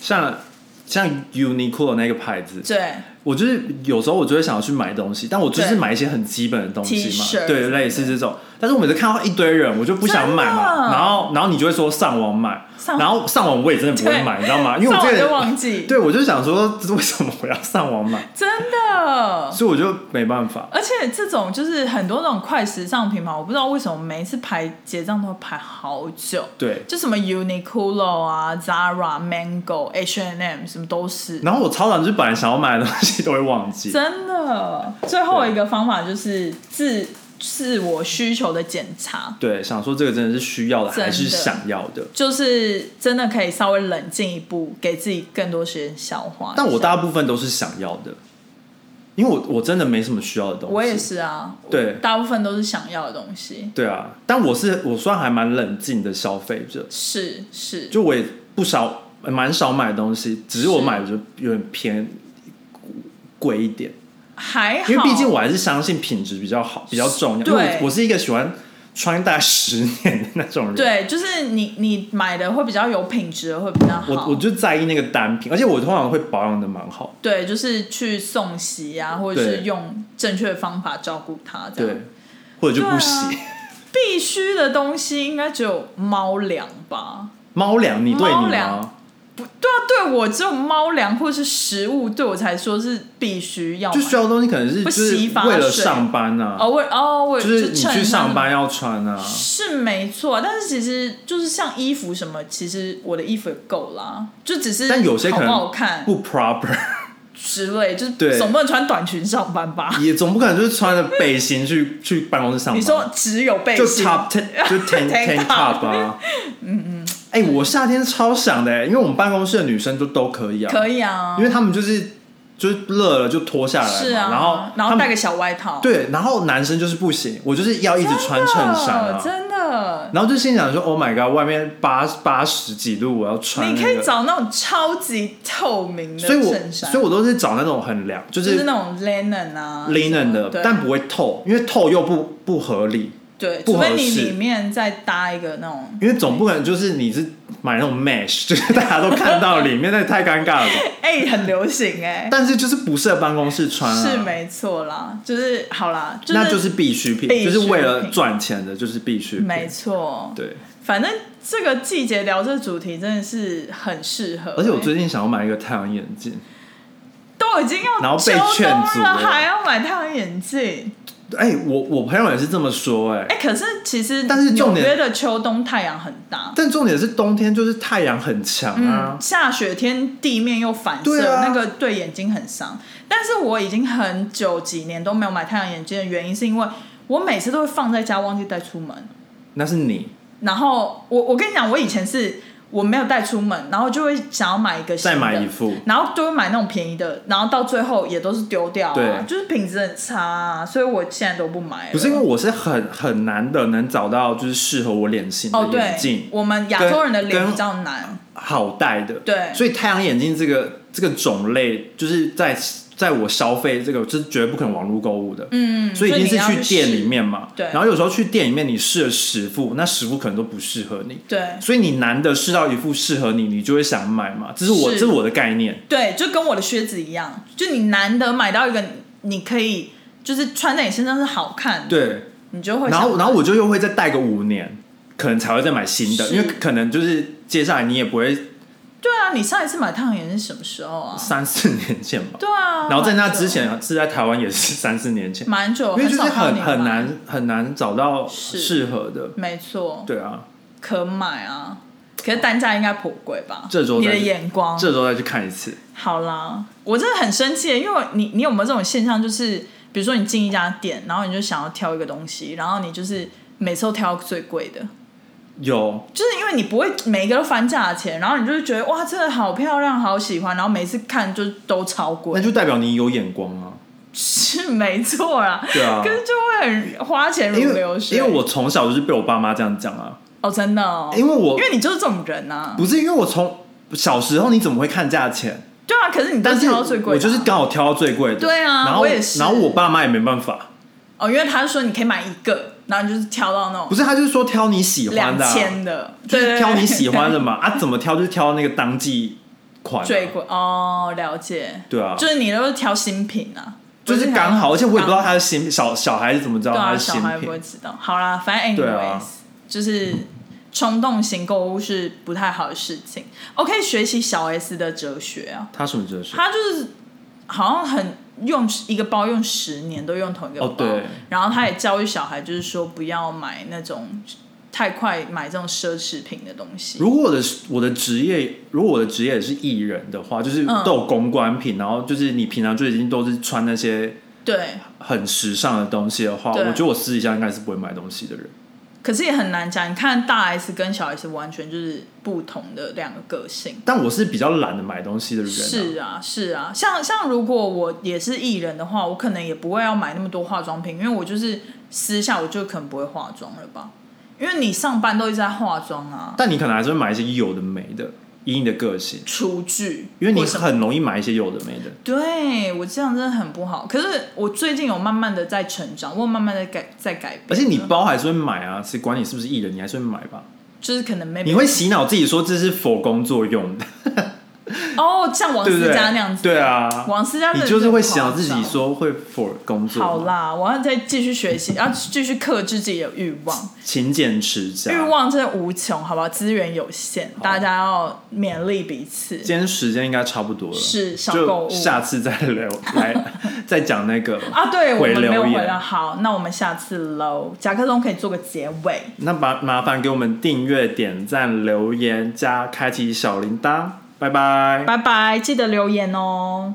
[SPEAKER 1] 像像 Uniqlo 那个牌子，
[SPEAKER 2] 对
[SPEAKER 1] 我就是有时候我就会想要去买东西，但我就是
[SPEAKER 2] 对
[SPEAKER 1] 买一些很基本的东西嘛
[SPEAKER 2] T-shirt，
[SPEAKER 1] 对，类似这种。但是我每次看到一堆人，我就不想买
[SPEAKER 2] 真的
[SPEAKER 1] 嘛。然后，然后你就会说上网买，
[SPEAKER 2] 上
[SPEAKER 1] 然后上网我也真的不会买，你知道吗？因为我
[SPEAKER 2] 上
[SPEAKER 1] 这
[SPEAKER 2] 网
[SPEAKER 1] 个
[SPEAKER 2] 就
[SPEAKER 1] 人，
[SPEAKER 2] 忘记， 哦
[SPEAKER 1] 对我就想说，为什么我要上网买？
[SPEAKER 2] 真的。
[SPEAKER 1] 所以我就没办法。
[SPEAKER 2] 而且这种就是很多那种快时尚品牌，我不知道为什么每一次排结账都要排好久，
[SPEAKER 1] 对，
[SPEAKER 2] 就什么 Uniqlo 啊、Zara、Mango、H&M 什么都是，
[SPEAKER 1] 然后我超常就是本来想要买的东西都会忘记。
[SPEAKER 2] 真的。最后一个方法就是自自我需求的检查，
[SPEAKER 1] 对，想说这个真的是需要的
[SPEAKER 2] 真的
[SPEAKER 1] 还是想要的？
[SPEAKER 2] 就是真的可以稍微冷静一步，给自己更多时间消化一下。
[SPEAKER 1] 但我大部分都是想要的，因为我我真的没什么需要的东西。
[SPEAKER 2] 我也。是啊，
[SPEAKER 1] 对
[SPEAKER 2] 大部分都是想要的东西，
[SPEAKER 1] 对啊，但我是我算还蛮冷静的消费者，
[SPEAKER 2] 是是，
[SPEAKER 1] 就我也不少呃蛮少买东西，只是我
[SPEAKER 2] 是
[SPEAKER 1] 买的就有点偏贵一点，
[SPEAKER 2] 还好，
[SPEAKER 1] 因为毕竟我还是相信品质比较好比较重要，因为
[SPEAKER 2] 对
[SPEAKER 1] 我我是一个喜欢穿戴十年的那种人。
[SPEAKER 2] 对，就是你你买的会比较有品质的，会比较好。
[SPEAKER 1] 我我就在意那个单品，而且我通常会保养的蛮好。
[SPEAKER 2] 对，就是去送洗啊，或者是
[SPEAKER 1] 对
[SPEAKER 2] 用正确的方法照顾它，这样
[SPEAKER 1] 对，或者就不
[SPEAKER 2] 对啊
[SPEAKER 1] 洗。
[SPEAKER 2] 必须的东西应该只有猫粮吧？
[SPEAKER 1] 猫粮，你对
[SPEAKER 2] 猫
[SPEAKER 1] 你
[SPEAKER 2] 粮
[SPEAKER 1] 吗？
[SPEAKER 2] 对啊，对我只有猫粮或是食物，对我才说是必须要买
[SPEAKER 1] 就需要的东西可能是
[SPEAKER 2] 不
[SPEAKER 1] 就
[SPEAKER 2] 洗
[SPEAKER 1] 是
[SPEAKER 2] 发
[SPEAKER 1] 为了
[SPEAKER 2] 水
[SPEAKER 1] 上班啊，
[SPEAKER 2] 哦，我哦，我
[SPEAKER 1] 就是你
[SPEAKER 2] 趁
[SPEAKER 1] 去
[SPEAKER 2] 他
[SPEAKER 1] 上
[SPEAKER 2] 们
[SPEAKER 1] 班要穿啊。
[SPEAKER 2] 是没错，但是其实就是像衣服什么，其实我的衣服也够啦，就只是
[SPEAKER 1] 但有些可能
[SPEAKER 2] 好不好看
[SPEAKER 1] 不 proper，
[SPEAKER 2] 之类，就是
[SPEAKER 1] 对啊
[SPEAKER 2] 总不能穿短裙上班吧？
[SPEAKER 1] 也总不可能就是穿着背心去去办公室上班。
[SPEAKER 2] 你说只有背
[SPEAKER 1] 就
[SPEAKER 2] 心，
[SPEAKER 1] top ten 啊 就 ten
[SPEAKER 2] Tank
[SPEAKER 1] ten
[SPEAKER 2] top
[SPEAKER 1] top 啊，嗯嗯，哎，我夏天超想的、欸因为我们办公室的女生就都可以啊，
[SPEAKER 2] 可以啊
[SPEAKER 1] 因，为她们就是就是热了就脱下来嘛，
[SPEAKER 2] 是啊，
[SPEAKER 1] 然后
[SPEAKER 2] 然
[SPEAKER 1] 她
[SPEAKER 2] 后
[SPEAKER 1] 们
[SPEAKER 2] 带个小外套，
[SPEAKER 1] 对，然后男生就是不行，我就是要一直穿衬衫啊，
[SPEAKER 2] 真的。
[SPEAKER 1] 然后就心想说，Oh my god，外面八八十几度，我要穿、那
[SPEAKER 2] 你
[SPEAKER 1] 个，
[SPEAKER 2] 可以找那种超级透明的
[SPEAKER 1] 所以
[SPEAKER 2] 衬
[SPEAKER 1] 我
[SPEAKER 2] 衫，
[SPEAKER 1] 所以我都是找那种很凉，就
[SPEAKER 2] 就是
[SPEAKER 1] 是
[SPEAKER 2] 那种 linen 啊
[SPEAKER 1] linen 的，
[SPEAKER 2] 对
[SPEAKER 1] 但不会透，因为透又不不合理，
[SPEAKER 2] 对，
[SPEAKER 1] 不
[SPEAKER 2] 除
[SPEAKER 1] 合
[SPEAKER 2] 非你
[SPEAKER 1] 适
[SPEAKER 2] 里面再搭一个那种，
[SPEAKER 1] 因为总不可能就是你是买那种 mesh，就是大家都看到里面，那也太尴尬了吧。
[SPEAKER 2] 哎、很流 行哎、
[SPEAKER 1] 但是就是不适合办公室穿、啊，
[SPEAKER 2] 是没错啦，就是好啦，就是、
[SPEAKER 1] 那就是必需品，
[SPEAKER 2] 必需品
[SPEAKER 1] 就是为了赚钱的，就是必需品。
[SPEAKER 2] 没错。
[SPEAKER 1] 对，
[SPEAKER 2] 反正这个季节聊这主题真的是很适合欸、
[SPEAKER 1] 而且我最近想要买一个太阳眼镜，
[SPEAKER 2] 都已经要
[SPEAKER 1] 然后被
[SPEAKER 2] 秋冬
[SPEAKER 1] 劝阻
[SPEAKER 2] 了，
[SPEAKER 1] 了
[SPEAKER 2] 还要买太阳眼镜。
[SPEAKER 1] 哎、我我朋友也是这么说、哎、
[SPEAKER 2] 哎、可是其实
[SPEAKER 1] 但是重
[SPEAKER 2] 纽
[SPEAKER 1] 点
[SPEAKER 2] 约的秋冬太阳很大，
[SPEAKER 1] 但重点是冬天就是太阳很强啊
[SPEAKER 2] 嗯，，下雪天地面又反射，
[SPEAKER 1] 对啊
[SPEAKER 2] 那个对眼睛很伤。但是我已经很久几年都没有买太阳眼镜的原因，是因为我每次都会放在家忘记带出门。
[SPEAKER 1] 那是你
[SPEAKER 2] 然后我我跟你讲，我以前是我没有带出门，然后就会想要买一个新
[SPEAKER 1] 再
[SPEAKER 2] 的，
[SPEAKER 1] 买一副，
[SPEAKER 2] 然后都会买那种便宜的，然后到最后也都是丢掉、啊，
[SPEAKER 1] 对
[SPEAKER 2] 就是品质很差、啊，所以我现在都不买了。
[SPEAKER 1] 不是因为我是很很难的能找到就是适合我脸型
[SPEAKER 2] 哦，
[SPEAKER 1] 的眼
[SPEAKER 2] 对
[SPEAKER 1] 镜，，
[SPEAKER 2] 我们亚洲人的脸比较难，
[SPEAKER 1] 好戴的，
[SPEAKER 2] 对
[SPEAKER 1] 所以太阳眼镜这个这个种类，就是在在我消费这个，就是绝对不可能网络购物的，
[SPEAKER 2] 嗯，
[SPEAKER 1] 所以一定
[SPEAKER 2] 你要
[SPEAKER 1] 是
[SPEAKER 2] 去
[SPEAKER 1] 店里
[SPEAKER 2] 试，
[SPEAKER 1] 面嘛。
[SPEAKER 2] 对
[SPEAKER 1] 然后有时候去店里面，你试了十副，那十副可能都不适合你，
[SPEAKER 2] 对
[SPEAKER 1] 所以你难得试到一副适合你，你就会想买嘛。这是我，
[SPEAKER 2] 是
[SPEAKER 1] 这是我的概念。
[SPEAKER 2] 对，就跟我的靴子一样，就你难得买到一个你可以就是穿在你身上是好看的，
[SPEAKER 1] 对，
[SPEAKER 2] 你就会
[SPEAKER 1] 然后
[SPEAKER 2] 想
[SPEAKER 1] 然后我就又会再戴个五年，可能才会再买新的，
[SPEAKER 2] 是
[SPEAKER 1] 因为可能就是接下来你也不会
[SPEAKER 2] 对啊，你上一次买太阳眼镜是什么时候啊？
[SPEAKER 1] 三四年前吧。
[SPEAKER 2] 对啊，
[SPEAKER 1] 然后在那
[SPEAKER 2] 蛮久
[SPEAKER 1] 之前是在台湾也是三四年前，
[SPEAKER 2] 蛮久，
[SPEAKER 1] 因为就是
[SPEAKER 2] 很少看到
[SPEAKER 1] 很
[SPEAKER 2] 你
[SPEAKER 1] 很
[SPEAKER 2] 买，
[SPEAKER 1] 难很难找到
[SPEAKER 2] 是
[SPEAKER 1] 适合的。
[SPEAKER 2] 没错，
[SPEAKER 1] 对啊，
[SPEAKER 2] 可买啊，可是单价应该颇贵吧？
[SPEAKER 1] 这周
[SPEAKER 2] 你的
[SPEAKER 1] 再去
[SPEAKER 2] 眼光，
[SPEAKER 1] 这周再去看一次。
[SPEAKER 2] 好啦，我真的很生气，因为你你有没有这种现象，就是比如说你进一家店，然后你就想要挑一个东西，然后你就是每次都挑最贵的，
[SPEAKER 1] 有
[SPEAKER 2] 就是因为你不会每一个都翻价钱，然后你就会觉得哇，真的好漂亮，好喜欢，然后每次看就都超
[SPEAKER 1] 那
[SPEAKER 2] 贵，
[SPEAKER 1] 就代表你有眼光啊。
[SPEAKER 2] 是没错啦。
[SPEAKER 1] 对啊
[SPEAKER 2] 可，是就会很花钱
[SPEAKER 1] 因
[SPEAKER 2] 如
[SPEAKER 1] 为
[SPEAKER 2] 流水，
[SPEAKER 1] 因为我从小就是被我爸妈这样讲啊，
[SPEAKER 2] 哦真的、哦，
[SPEAKER 1] 因为我
[SPEAKER 2] 因为你就是这种人啊，
[SPEAKER 1] 不是因为我从小时候你怎么会看价钱？
[SPEAKER 2] 对啊，可是你都
[SPEAKER 1] 但是
[SPEAKER 2] 挑最贵的啊、
[SPEAKER 1] 我就是刚好挑到最贵的，
[SPEAKER 2] 对啊
[SPEAKER 1] 然后
[SPEAKER 2] 我也是
[SPEAKER 1] 然后我爸妈也没办法，
[SPEAKER 2] 哦，因为他说你可以买一个，然后你就是挑到那种
[SPEAKER 1] 不是他就是说挑你喜欢
[SPEAKER 2] 两
[SPEAKER 1] 的、啊，
[SPEAKER 2] 千的，
[SPEAKER 1] 就
[SPEAKER 2] 对对
[SPEAKER 1] 是
[SPEAKER 2] 对
[SPEAKER 1] 挑你喜欢的 嘛，啊怎么挑就是挑那个当季款、啊，
[SPEAKER 2] 最贵哦，了解。
[SPEAKER 1] 对啊
[SPEAKER 2] 就是你都是挑新品啊，
[SPEAKER 1] 就是刚好，而且我也不知道他是新小小孩子怎么知道
[SPEAKER 2] 对
[SPEAKER 1] 他
[SPEAKER 2] 啊，
[SPEAKER 1] 是
[SPEAKER 2] 小
[SPEAKER 1] 新
[SPEAKER 2] 孩不会
[SPEAKER 1] 品，
[SPEAKER 2] 知道。好啦，反正 anyways，、
[SPEAKER 1] 对啊
[SPEAKER 2] 就是冲动型购物是不太好的事情。我可以学习小 S 的哲学啊，
[SPEAKER 1] 他什么哲学？
[SPEAKER 2] 他就是好像很用一个包用十年都用同一个包，
[SPEAKER 1] 哦对
[SPEAKER 2] 然后他也教育小孩，就是说不要买那种太快买这种奢侈品的东西。
[SPEAKER 1] 如果我的我的职业，如果我的职业也是艺人的话，就是
[SPEAKER 2] 嗯
[SPEAKER 1] 都有公关品，然后就是你平常就已经都是穿那些
[SPEAKER 2] 对，
[SPEAKER 1] 很时尚的东西的话，
[SPEAKER 2] 对
[SPEAKER 1] 我觉得我私底下应该是不会买东西的人。
[SPEAKER 2] 可是也很难讲。你看大 S 跟小 S 完全就是不同的两个个性。
[SPEAKER 1] 但我是比较懒得买东西的人、啊，
[SPEAKER 2] 是啊，是啊，像像如果我也是艺人的话，我可能也不会要买那么多化妆品，因为我就是私下我就可能不会化妆了吧。因为你上班都一直在化妆啊，
[SPEAKER 1] 但你可能还是会买一些有的没的，以你的个性，
[SPEAKER 2] 厨具，
[SPEAKER 1] 因为你
[SPEAKER 2] 或什么
[SPEAKER 1] 很容易买一些有的没的。
[SPEAKER 2] 对我这样真的很不好。可是我最近有慢慢的在成长，我有慢慢的改在改变。
[SPEAKER 1] 而且你包还是会买啊，只管你是不是艺人，你还是会买吧。
[SPEAKER 2] 就是可能 maybe
[SPEAKER 1] 你会洗脑自己说这是否工作用的，
[SPEAKER 2] 哦，像王
[SPEAKER 1] 对不
[SPEAKER 2] 思
[SPEAKER 1] 对
[SPEAKER 2] 佳那样？子，
[SPEAKER 1] 对啊，
[SPEAKER 2] 王思佳
[SPEAKER 1] 你
[SPEAKER 2] 真的
[SPEAKER 1] 就是
[SPEAKER 2] 是
[SPEAKER 1] 会
[SPEAKER 2] 夸
[SPEAKER 1] 想自己
[SPEAKER 2] 张
[SPEAKER 1] 说会 for 工作。
[SPEAKER 2] 好，啦，我要再继续学习，要继续克制自己的欲望。
[SPEAKER 1] 勤俭持家，
[SPEAKER 2] 欲望真的无穷，好不好？资源有限，大家要勉励彼此。
[SPEAKER 1] 今天时间应该差不多了，
[SPEAKER 2] 是少购
[SPEAKER 1] 就
[SPEAKER 2] 物
[SPEAKER 1] 下次再 聊，来再讲那个
[SPEAKER 2] 啊，对，我
[SPEAKER 1] 回
[SPEAKER 2] 们没有
[SPEAKER 1] 留
[SPEAKER 2] 回
[SPEAKER 1] 言。
[SPEAKER 2] 来。好，那我们下次喽。甲壳虫可以做个结尾。
[SPEAKER 1] 那麻麻烦给我们订阅、点赞、留言加开启小铃铛，拜拜。
[SPEAKER 2] 拜拜，记得留言哦。